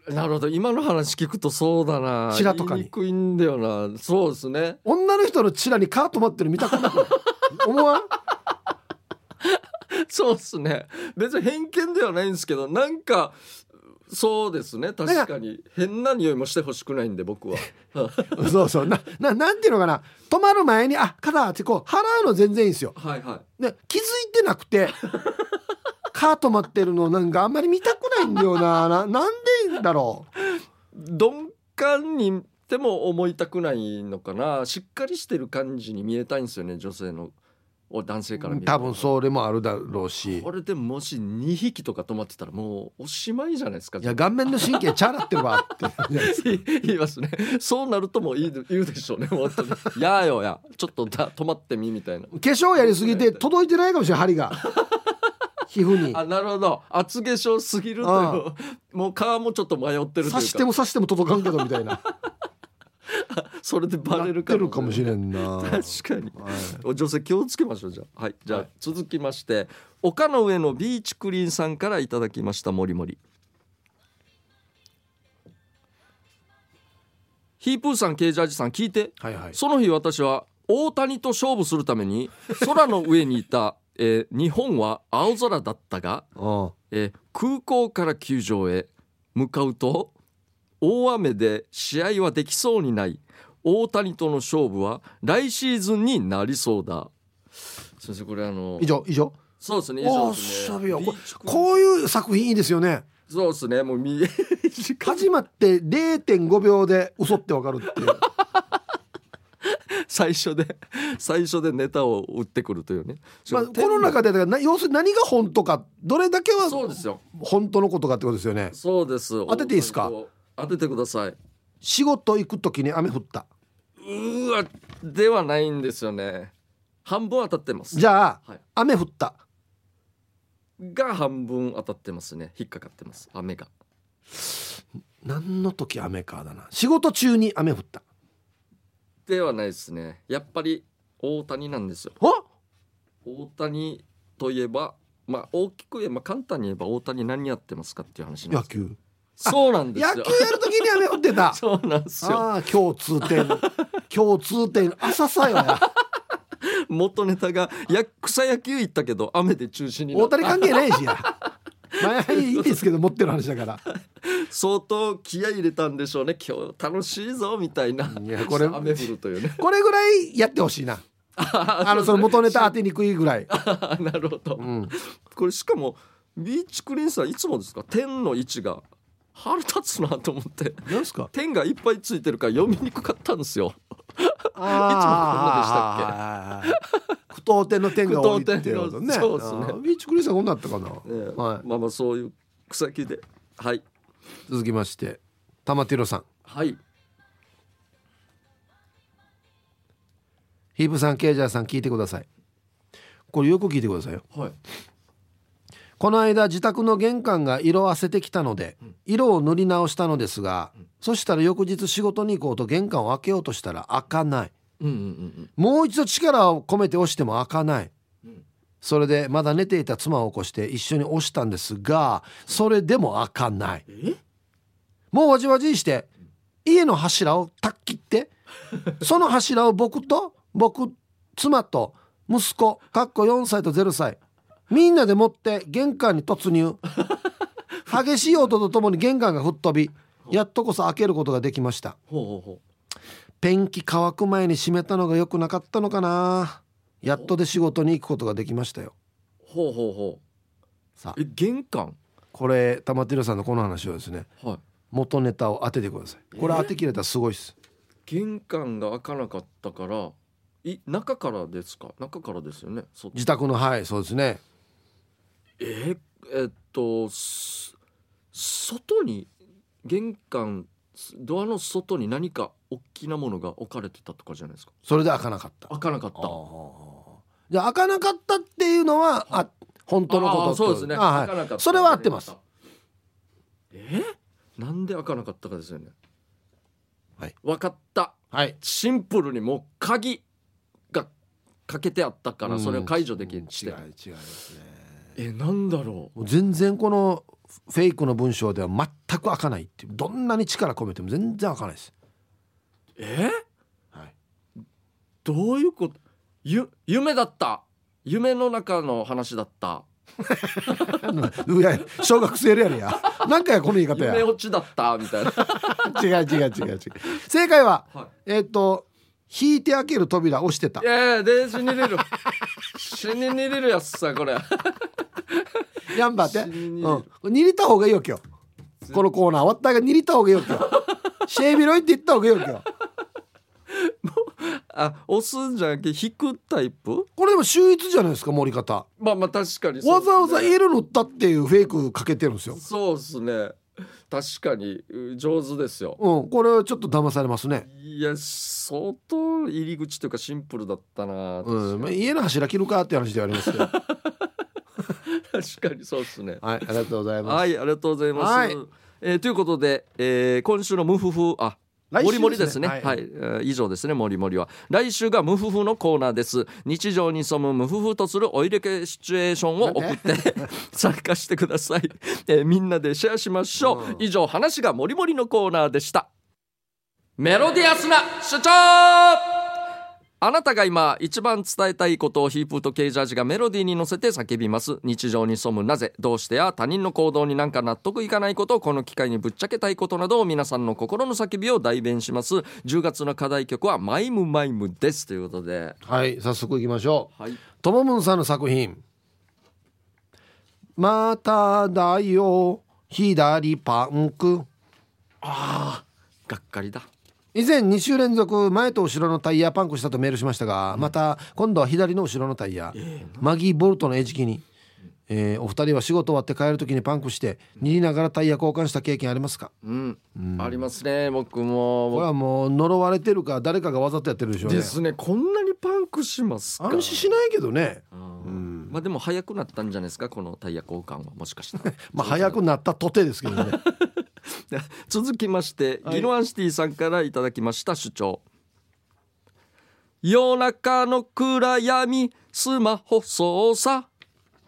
[SPEAKER 1] なるほど今の話聞くとそうだな
[SPEAKER 2] 白とか
[SPEAKER 1] 言
[SPEAKER 2] に
[SPEAKER 1] いにくいんだよなそうですね
[SPEAKER 2] 女の人のチラにカー止まってる見たく なくない思わん
[SPEAKER 1] そうですね別に偏見ではないんですけどなんかそうですね確かに変な匂いもしてほしくないんで僕は
[SPEAKER 2] そうそうなななんていうのかな止まる前にあ肩ってこう払うの全然いいんですよ
[SPEAKER 1] はいはい
[SPEAKER 2] で気づいてなくてカー止まってるのなんかあんまり見たくないんだよなななんでだろう
[SPEAKER 1] 鈍感にでも思いたくないのかなしっかりしてる感じに見えたいんですよね女性のを男性から見ると
[SPEAKER 2] 多分それもあるだろうし
[SPEAKER 1] これでもし2匹とか止まってたらもうおしまいじゃないですか
[SPEAKER 2] いや顔面の神経チャラって ばって
[SPEAKER 1] 言いますねそうなるともういいで言うでしょうねもう本当に「やあよやちょっとだ止まってみ」みたいな
[SPEAKER 2] 化粧やりす ぎて届いてないかもしれない針が皮膚に
[SPEAKER 1] あなるほど厚化粧すぎるというもう顔もちょっと迷ってると
[SPEAKER 2] 刺
[SPEAKER 1] い
[SPEAKER 2] して
[SPEAKER 1] うか
[SPEAKER 2] も刺しても届かんけどみたいな
[SPEAKER 1] それでバレる
[SPEAKER 2] なってるかもし
[SPEAKER 1] ない
[SPEAKER 2] れんな
[SPEAKER 1] 確かに
[SPEAKER 2] はい
[SPEAKER 1] 女性気をつけましょうじゃあはいじゃあ
[SPEAKER 2] はい
[SPEAKER 1] 続きまして丘の上のビーチクリーンさんからいただきましたもりもりヒープーさんケージャージさん聞いて
[SPEAKER 2] はいはい
[SPEAKER 1] その日私は大谷と勝負するために空の上にいた、えー日本は青空だったが、
[SPEAKER 2] うん
[SPEAKER 1] えー空港から球場へ向かうと大雨で試合はできそうにない大谷との勝負は来シーズンになりそうだ先生これあの
[SPEAKER 2] 以上以上
[SPEAKER 1] そうですね以上
[SPEAKER 2] お
[SPEAKER 1] で
[SPEAKER 2] ー
[SPEAKER 1] すね
[SPEAKER 2] しゃべよ
[SPEAKER 1] ビ
[SPEAKER 2] こ
[SPEAKER 1] ーチクリーン
[SPEAKER 2] こういう作品いいですよね
[SPEAKER 1] そうですねもう見
[SPEAKER 2] 始まって0.5秒で嘘ってわかる っていう
[SPEAKER 1] 最初で最初でネタを打ってくるというね、
[SPEAKER 2] まあこの中でだからな要するに何が本当かどれだけは
[SPEAKER 1] そうですよ
[SPEAKER 2] 本当のことかってことですよね
[SPEAKER 1] そうです当
[SPEAKER 2] てていいですか
[SPEAKER 1] 当ててください
[SPEAKER 2] 仕事行く時に雨降った
[SPEAKER 1] うーわではないんですよね半分当たってます
[SPEAKER 2] じゃあ、
[SPEAKER 1] はい
[SPEAKER 2] 雨降った
[SPEAKER 1] が半分当たってますね引っかかってます雨が
[SPEAKER 2] 何の時雨かだな仕事中に雨降った
[SPEAKER 1] ではないですねやっぱり大谷なんですよ
[SPEAKER 2] あ
[SPEAKER 1] 大谷といえばまあ大きく言えば簡単に言えば大谷何やってますかっていう話なん
[SPEAKER 2] 野
[SPEAKER 1] です
[SPEAKER 2] 球
[SPEAKER 1] そうなんです
[SPEAKER 2] 野
[SPEAKER 1] よ
[SPEAKER 2] 球やる時に雨降って た
[SPEAKER 1] そうなんですよ
[SPEAKER 2] ああ共通点共通点浅さよ な
[SPEAKER 1] 元ネタがや草野球行ったけど雨で中止にな
[SPEAKER 2] 大
[SPEAKER 1] った
[SPEAKER 2] 谷関係ないしやまあいいですけど持ってる話だから
[SPEAKER 1] 相当気合い入れたんでしょうね今日楽しいぞみたいない
[SPEAKER 2] やこれ
[SPEAKER 1] 雨降るというね
[SPEAKER 2] これぐらいやってほしいなあ
[SPEAKER 1] あ
[SPEAKER 2] のその元ネタ当てにくいぐらい、
[SPEAKER 1] あなるほど、
[SPEAKER 2] うん、
[SPEAKER 1] これしかもビーチクリーンさんいつもですか天の位置が腹立つなと思って
[SPEAKER 2] 何すか
[SPEAKER 1] 点がいっぱいついてるから読みにくかったんですよ
[SPEAKER 2] あいつもこんなでしたっけ句読点の点が多いっていうことね
[SPEAKER 1] 句読点のそうですね
[SPEAKER 2] あービーチクリーンさんこんなだったかな、
[SPEAKER 1] ねえ
[SPEAKER 2] はい、
[SPEAKER 1] まあまあそういう草木ではい
[SPEAKER 2] 続きまして玉ティロさん
[SPEAKER 1] はい
[SPEAKER 2] ヒープさんケイジャーさん聞いてくださいこれよく聞いてくださいよ
[SPEAKER 1] はい
[SPEAKER 2] この間自宅の玄関が色あせてきたので色を塗り直したのですが、そしたら翌日仕事に行こうと玄関を開けようとしたら開かない
[SPEAKER 1] うんうんうん
[SPEAKER 2] もう一度力を込めて押しても開かない、
[SPEAKER 1] ん
[SPEAKER 2] それでまだ寝ていた妻を起こして一緒に押したんですがそれでも開かない
[SPEAKER 1] え
[SPEAKER 2] もうわじわじして家の柱をたっ切ってその柱を僕と僕妻と息子かっこ4歳と0歳みんなで持って玄関に突入激しい音とともに玄関が吹っ飛びやっとこそ開けることができました
[SPEAKER 1] ほうほうほ
[SPEAKER 2] ペンキ乾く前に閉めたのが良くなかったのかなやっとで仕事に行くことができましたよ
[SPEAKER 1] うほうほうほ
[SPEAKER 2] さ
[SPEAKER 1] うえ
[SPEAKER 2] あ
[SPEAKER 1] 玄関
[SPEAKER 2] これ玉ティさんのこの話をですね
[SPEAKER 1] はい
[SPEAKER 2] 元ネタを当ててくださいこれ当てきれたらすごいです
[SPEAKER 1] 玄関が開かなかったからい中からですか中からですよね外
[SPEAKER 2] 自宅のはいそうですね
[SPEAKER 1] えーえっとす外に玄関すドアの外に何か大きなものが置かれてたとかじゃないですか
[SPEAKER 2] それで開かなかった
[SPEAKER 1] 開かなかった
[SPEAKER 2] あーじゃあ開かなかったっていうのはあ本当のこと
[SPEAKER 1] あーそうですね
[SPEAKER 2] あは
[SPEAKER 1] 開
[SPEAKER 2] い
[SPEAKER 1] かなかった
[SPEAKER 2] それは合ってます
[SPEAKER 1] えーなんで開かなかったかですよね
[SPEAKER 2] はい
[SPEAKER 1] 分かった
[SPEAKER 2] はい
[SPEAKER 1] シンプルにもう鍵がかけてあったからそれを解除でき
[SPEAKER 2] うん
[SPEAKER 1] んして
[SPEAKER 2] 違う違いますね
[SPEAKER 1] えなんだろ
[SPEAKER 2] もう全然このフェイクの文章では全く開かないっていうどんなに力込めても全然開かないです、
[SPEAKER 1] うえー
[SPEAKER 2] はい、
[SPEAKER 1] どういうことゆ夢だった夢の中の話だった
[SPEAKER 2] いや小学生やるやなんかやこの言い方や
[SPEAKER 1] 夢落ちだったみたい な
[SPEAKER 2] 違う違う違う違う正解は
[SPEAKER 1] は
[SPEAKER 2] えっ、と引いて開ける扉押してた
[SPEAKER 1] いやいやで死にれる死ににれるやつさこれ
[SPEAKER 2] やんばって、う
[SPEAKER 1] 死
[SPEAKER 2] ん、
[SPEAKER 1] に
[SPEAKER 2] 握りた方がいいよ今日このコーナー終わったが握りた方がいいよ今日シェービロイって言った方がいいよ今日
[SPEAKER 1] あ押すんじゃなくて引くタイプ
[SPEAKER 2] これでも秀逸じゃないですか盛り方
[SPEAKER 1] まあまあ確かにそう
[SPEAKER 2] わ
[SPEAKER 1] っすね
[SPEAKER 2] ざわざ L 塗ったっていうフェイクかけてるんですよ
[SPEAKER 1] そうですね確かにう上手ですよ
[SPEAKER 2] うんこれはちょっと騙されますね
[SPEAKER 1] いや相当入り口というかシンプルだったな、
[SPEAKER 2] うん、まあ家の柱切るかっていう話ではありますけどはい
[SPEAKER 1] 確かにそうですね
[SPEAKER 2] ありがとうございます、
[SPEAKER 1] はいありがとうございます、
[SPEAKER 2] はい
[SPEAKER 1] えーということで、えー今週のムフフあ
[SPEAKER 2] 来週
[SPEAKER 1] もりもりですね。は、
[SPEAKER 2] はいい
[SPEAKER 1] えー以上ですね。もりもりは来週がムフフのコーナーです。日常に潜むムフフとするおいでけシチュエーションを送って参加してください、 えーみんなでシェアしましょう。
[SPEAKER 2] うん
[SPEAKER 1] 以上話がもりもりのコーナーでした。メロディアスな主張。あなたが今一番伝えたいことをヒープーとケイジャージがメロディーに乗せて叫びます日常に潜むなぜどうしてや他人の行動になんか納得いかないことをこの機会にぶっちゃけたいことなどを皆さんの心の叫びを代弁します10月の課題曲はマイムマイムですということで
[SPEAKER 2] はい、早速いきましょう
[SPEAKER 1] はい
[SPEAKER 2] ともむんさんの作品「まただよ左パンク」
[SPEAKER 1] がっかりだ
[SPEAKER 2] 以前2週連続前と後ろのタイヤパンクしたとメールしましたが、また今度は左の後ろのタイヤ、マギー・ボルトの餌食に、えーお二人は仕事終わって帰る時にパンクして握りながらタイヤ交換した経験ありますか
[SPEAKER 1] うん、ありますね僕も
[SPEAKER 2] これはもう呪われてるか誰かがわざとやってるでしょうね
[SPEAKER 1] ですねこんなにパンクしますか
[SPEAKER 2] 安心しないけどね
[SPEAKER 1] うんまあでも早くなったんじゃないですかこのタイヤ交換はもしか したら
[SPEAKER 2] まあ早くなったとてで すけどね
[SPEAKER 1] で続きまして、ギノアンシティさんからいただきました主張夜中の暗闇スマホ操作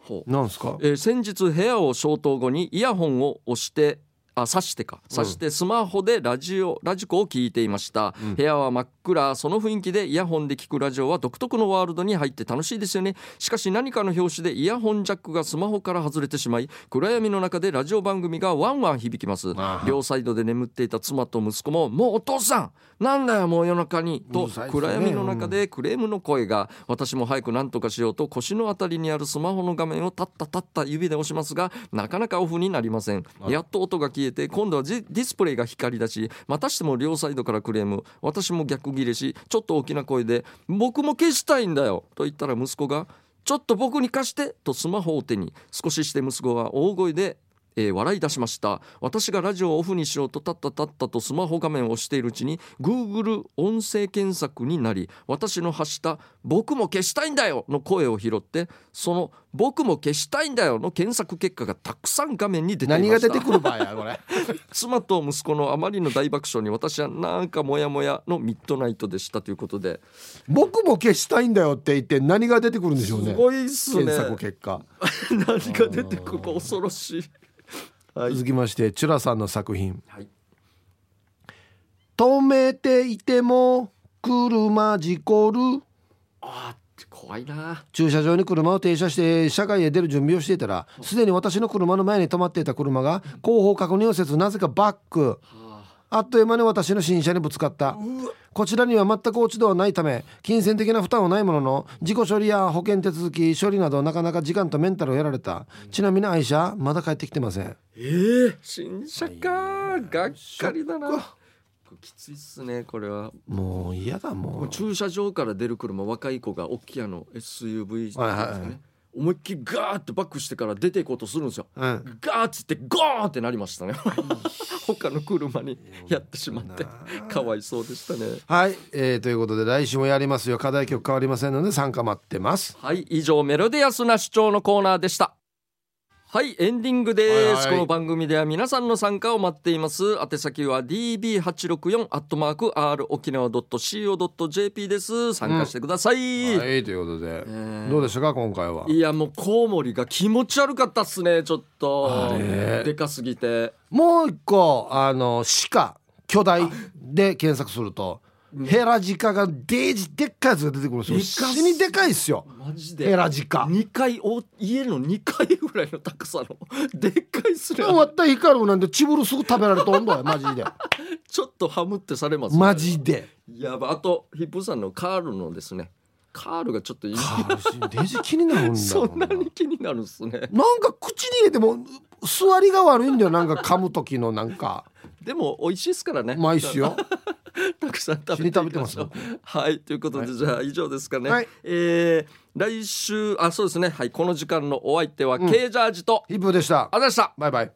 [SPEAKER 1] ほう
[SPEAKER 2] なんですか
[SPEAKER 1] えー先日部屋を消灯後にイヤホンを押してあ挿してか挿してスマホでラジオラジコを聞いていました、部屋は真っ暗その雰囲気でイヤホンで聞くラジオは独特のワールドに入って楽しいですよねしかし何かの拍子でイヤホンジャックがスマホから外れてしまい暗闇の中でラジオ番組がワンワン響きます
[SPEAKER 2] ああ
[SPEAKER 1] 両サイドで眠っていた妻と息子も「もうお父さんなんだよもう夜中に」
[SPEAKER 2] う
[SPEAKER 1] と
[SPEAKER 2] るさいですね
[SPEAKER 1] 暗闇の中でクレームの声が私も早く何とかしようと腰のあたりにあるスマホの画面をタッタタッタ指で押しますがなかなかオフになりませんやっと音が消えて今度はジディスプレイが光り出しまたしても両サイドからクレーム私も逆ギレしちょっと大きな声で「僕も消したいんだよ」と言ったら息子が「ちょっと僕に貸して」とスマホを手に少しして息子は大声でえー笑い出しました私がラジオをオフにしようとたったたったとスマホ画面を押しているうちに Google 音声検索になり私の発した「僕も消したいんだよ!」の声を拾ってその「僕も消したいんだよ!」の検索結果がたくさん画面に出ていました
[SPEAKER 2] 何が出てくる場合やこれ
[SPEAKER 1] 妻と息子のあまりの大爆笑に私はなんかモヤモヤのミッドナイトでしたということで
[SPEAKER 2] 僕も消したいんだよって言って何が出てくるんでしょう
[SPEAKER 1] す
[SPEAKER 2] ね
[SPEAKER 1] ごいっすね
[SPEAKER 2] 検索結果
[SPEAKER 1] 何が出てくるか恐ろしいはい
[SPEAKER 2] 続きましてチュラさんの作品
[SPEAKER 1] はい
[SPEAKER 2] 「止めていても車事故る
[SPEAKER 1] ああっ怖いな
[SPEAKER 2] 駐車場に車を停車して社会へ出る準備をしていたらすでに私の車の前に止まっていた車が後方確認をせずなぜかバックあっという間に私の新車にぶつかったこちらには全く落ち度はないため金銭的な負担はないものの事故処理や保険手続き処理などなかなか時間とメンタルをやられたちなみに愛車まだ帰ってきてません
[SPEAKER 1] ええ新車かがっかりだなこれきついっすねこれは
[SPEAKER 2] もう嫌だも
[SPEAKER 1] もう
[SPEAKER 2] う
[SPEAKER 1] 駐車場から出る車若い子が大きいあの SUV ですね、
[SPEAKER 2] はいはいはい
[SPEAKER 1] 思いっきりガーってバックしてから出ていこうとするんですよ
[SPEAKER 2] うん
[SPEAKER 1] ガーッつってゴーンってなりましたね 他の車にやってしまってかわいそうでしたね
[SPEAKER 2] はい、えーということで来週もやりますよ課題曲変わりませんので参加待ってます
[SPEAKER 1] はい以上メロディアスな主張のコーナーでしたはいエンディングです、
[SPEAKER 2] は
[SPEAKER 1] こ
[SPEAKER 2] いはい
[SPEAKER 1] の番組では皆さんの参加を待っています宛先は db864 アットマーク r 沖縄 .co.jp です参加してください、
[SPEAKER 2] はいということで、
[SPEAKER 1] ー
[SPEAKER 2] どうでしたか今回はい
[SPEAKER 1] やもうコウモリが気持ち悪かったっすねちょっと
[SPEAKER 2] あれ
[SPEAKER 1] でかすぎて
[SPEAKER 2] もう一個あの鹿巨大で検索するとヘラジカがデージでっかいやつが出てくるんですよ
[SPEAKER 1] でかっす
[SPEAKER 2] 死にでかいっすよ
[SPEAKER 1] マジで
[SPEAKER 2] ヘラジカ
[SPEAKER 1] 2階お家の2階ぐらいの高さのでっかいっすね
[SPEAKER 2] 終わった光るなんてチブルすぐ食べられた温度やマ ジで
[SPEAKER 1] ちょっとハムってされますね
[SPEAKER 2] マジで
[SPEAKER 1] やばあとヒップさんのカールのですねカールがちょっといい
[SPEAKER 2] あーデージ気になるんだ
[SPEAKER 1] そ
[SPEAKER 2] よ
[SPEAKER 1] んなに気になるっすね
[SPEAKER 2] なんか口に入れても座りが悪いんだよなんか噛む時のなんか
[SPEAKER 1] でも美味しいっすからね
[SPEAKER 2] まあいいっすよ
[SPEAKER 1] たくさん食べて
[SPEAKER 2] 死に食べてます
[SPEAKER 1] よ。はいということで、じゃあ以上ですかね、
[SPEAKER 2] はい
[SPEAKER 1] えー来週あそうですねはいこの時間のお相手は、ケージャージと
[SPEAKER 2] ヒップーでした
[SPEAKER 1] あざした
[SPEAKER 2] バイバイ